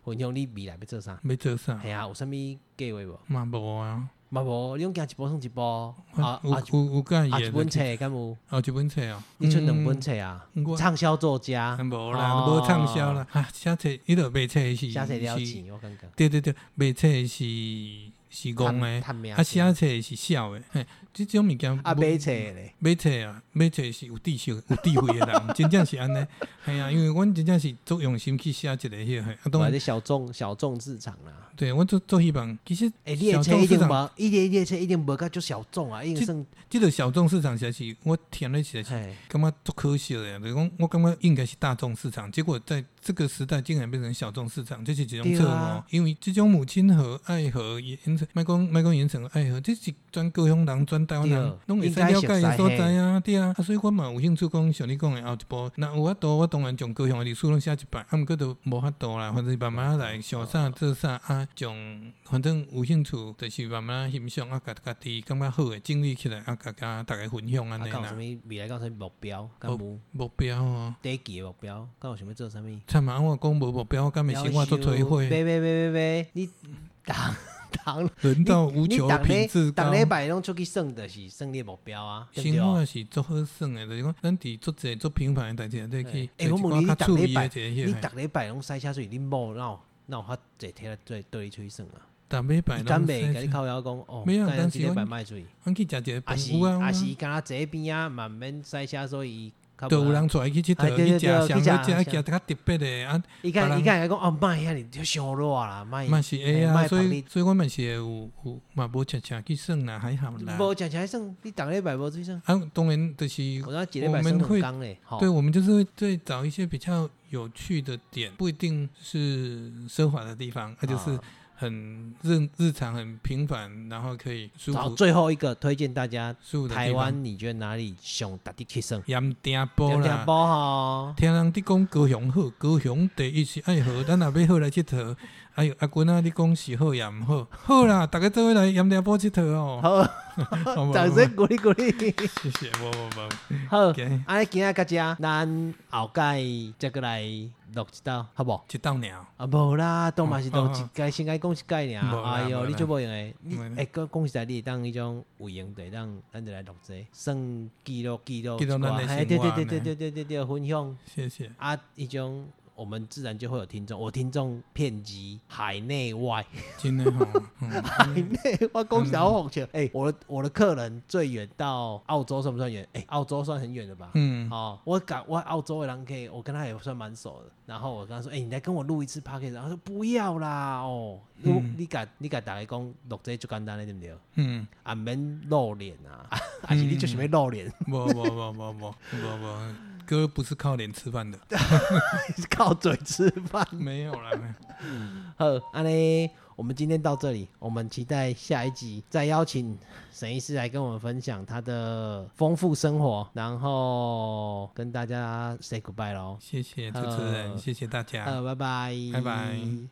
S1: 分享你未来要做啥？
S2: 要做啥？
S1: 系啊，有啥物计划无？
S2: 嘛无啊，
S1: 嘛无，你讲行一步算一步，啊啊
S2: 有有有介
S1: 啊！一
S2: 意
S1: 本
S2: 的，
S1: 册敢有？
S2: 哦，一本册哦，
S1: 你出
S2: 嗯
S1: 两本，册啊？
S2: 我啊嗯
S1: 畅销作家，
S2: 无啦，
S1: 哦
S2: 无畅销啦，啊，写册伊著卖册的是
S1: 写册了
S2: 是
S1: 钱，我感觉。
S2: 对对对，卖册的是是戆诶，
S1: 探命
S2: 啊写册是痟诶，嘿，即种物件
S1: 啊买册咧，
S2: 买册啊，买册是有知识、有智慧诶人，真正是安尼。 系啊，因为阮真正是足用心去写一个迄、个，嘿啊，当
S1: 我
S2: 然
S1: 是小众小众市场啦。
S2: 对我做做希望，其实
S1: 诶，你的
S2: 小
S1: 车
S2: 众
S1: 一
S2: 市
S1: 定
S2: 场
S1: 无，一列列车一定无甲足小众啊，一定算
S2: 即个小众市场实在是我听咧实在是
S1: 嘿，
S2: 感觉足可惜的，就是讲我感觉应该是大众市场，结果在这个时代竟然变成小众市场，这是一种错
S1: 对
S2: 误、
S1: 啊
S2: 哦因为这种母亲河、爱河、盐城，莫讲莫讲盐城爱河，这是全高雄人、全台湾
S1: 对
S2: 人拢会
S1: 应
S2: 使
S1: 该
S2: 了解
S1: 熟
S2: 的
S1: 悉
S2: 所在啊，对啊。啊，所以我嘛有兴趣讲像你讲的啊后一步，若有法度，我当然将高雄的历史拢写一摆，啊，毋过都无法度啦，反正慢慢来，想啥做啥啊，将反正有兴趣就是慢慢欣赏啊，家家己感觉好的整理起来啊，家家大家分享安
S1: 啊，
S2: 尼
S1: 讲有
S2: 啦
S1: 啥。物未来讲有啥物目标，敢
S2: 哦
S1: 无
S2: 目标哦，
S1: 短期的目标，敢有想要做啥物？
S2: 惨啊！我讲无目标，我敢会生活做
S1: 退
S2: 退
S1: 会，
S2: 会，
S1: 别别别别别，你当当
S2: 人到无
S1: 你
S2: 求
S1: 当
S2: 品
S1: 礼
S2: 自高
S1: 当。礼拜拢出去算的是算你的目标啊，对
S2: 生
S1: 不
S2: 活是足好耍的，就是讲咱伫做侪做平凡的代志，底去
S1: 哎
S2: 做一
S1: 我问你
S2: 寡较趣味
S1: 你
S2: 的
S1: 每
S2: 一个
S1: 对？你
S2: 迄个。
S1: 逐礼拜拢塞车水，你某哪有哪有法坐体来对对你出去算啊？
S2: 逐礼拜
S1: 伊
S2: 拢
S1: 敢袂甲
S2: 使
S1: 你靠腰讲哦，
S2: 没有
S1: 干
S2: 但
S1: 这
S2: 是
S1: 礼
S2: 我
S1: 拜卖水，
S2: 阮去食一个
S1: 啊
S2: 饭
S1: 是
S2: 屋啊，
S1: 啊是，敢若坐那边啊，慢慢塞车，所以较
S2: 啊都有
S1: 无
S2: 人带伊去佚
S1: 哎
S2: 佗，
S1: 对
S2: 去
S1: 对对
S2: 食上
S1: 去
S2: 好食，
S1: 吃
S2: 食一较特别的啊，
S1: 伊敢
S2: 别人
S1: 伊敢会讲哦，卖遐尼就伤热啦，卖
S2: 嘛是会啊，
S1: 哎
S2: 所
S1: 莫捧
S2: 以
S1: 你
S2: 所以我嘛是会有有嘛无恰恰去耍啦，还好啦。
S1: 无讲起来算，你逐礼拜无出去算，
S2: 啊，当然就是
S1: 我那一礼拜
S2: 我
S1: 算
S2: 们
S1: 两
S2: 会
S1: 工咧，吼
S2: 对，我啊们就是会对找一些比较有趣的点，不一定是奢华的地方，它就是
S1: 啊
S2: 很日日常、很平凡，然后可以舒
S1: 好，
S2: 服、
S1: 最后一个推荐大家，
S2: 舒服的
S1: 台
S2: 地方。
S1: 湾你觉得哪里上打地去算？
S2: 盐埕
S1: 有
S2: 埔
S1: 点
S2: 啦，
S1: 包吼，
S2: 听人伫讲高雄好，高雄第一是爱好，咱若要好来佚佗。哎呦，阿君啊，你讲是好也毋好，好啦，大家做伙来盐埕埔佚佗哦。
S1: 好，
S2: 好
S1: 掌声鼓励鼓 励，
S2: 谢谢，无无无，
S1: 好。
S2: OK，
S1: 安尼今仔到遮，咱后盖再过来录一道，好无？
S2: 一道鸟。
S1: 啊，无啦，都嘛是录
S2: 哦哦
S1: 一届，先该讲一届
S2: 无
S1: 尔。
S2: 啦
S1: 哎
S2: 无
S1: 哟，
S2: 啦
S1: 你足无用诶！你
S2: 无啦
S1: 哎，讲讲实在，你当迄种有闲就当咱就来录者，算记录记录
S2: 记录
S1: 一
S2: 咱的
S1: 寡哎
S2: 生
S1: 对
S2: 活啊
S1: 对对
S2: 呢
S1: 对对对对对，分享
S2: 谢谢，
S1: 啊，迄种我们自然就会有听众，我听众遍及海内 外。
S2: 真的吼，嗯
S1: 海内外公小红球，哎、我的我的客人最远到澳洲算不算远？哎、澳洲算很远的吧？
S2: 嗯，
S1: 哦，我感我澳洲的人可以，我跟他也算蛮熟的。然后我跟他说：“哎、你来跟我录一次 p o c a s t 然后他说：“不要啦，哦，你你敢你敢大家讲录这就简单了，对不对？
S2: 嗯。
S1: 啊，免露脸啊，嗯啊还是你就是要露 脸，
S2: 不不不不不不不，哥不是靠脸吃饭的，
S1: 是靠嘴吃饭。
S2: 没有啦，没有。
S1: 好，安尼我们今天到这里，我们期待下一集再邀请沈医师来跟我们分享他的丰富生活，然后跟大家 say goodbye 喽。
S2: 谢谢主持人，
S1: 呃
S2: 谢谢大家。
S1: 呃，拜拜，
S2: 拜拜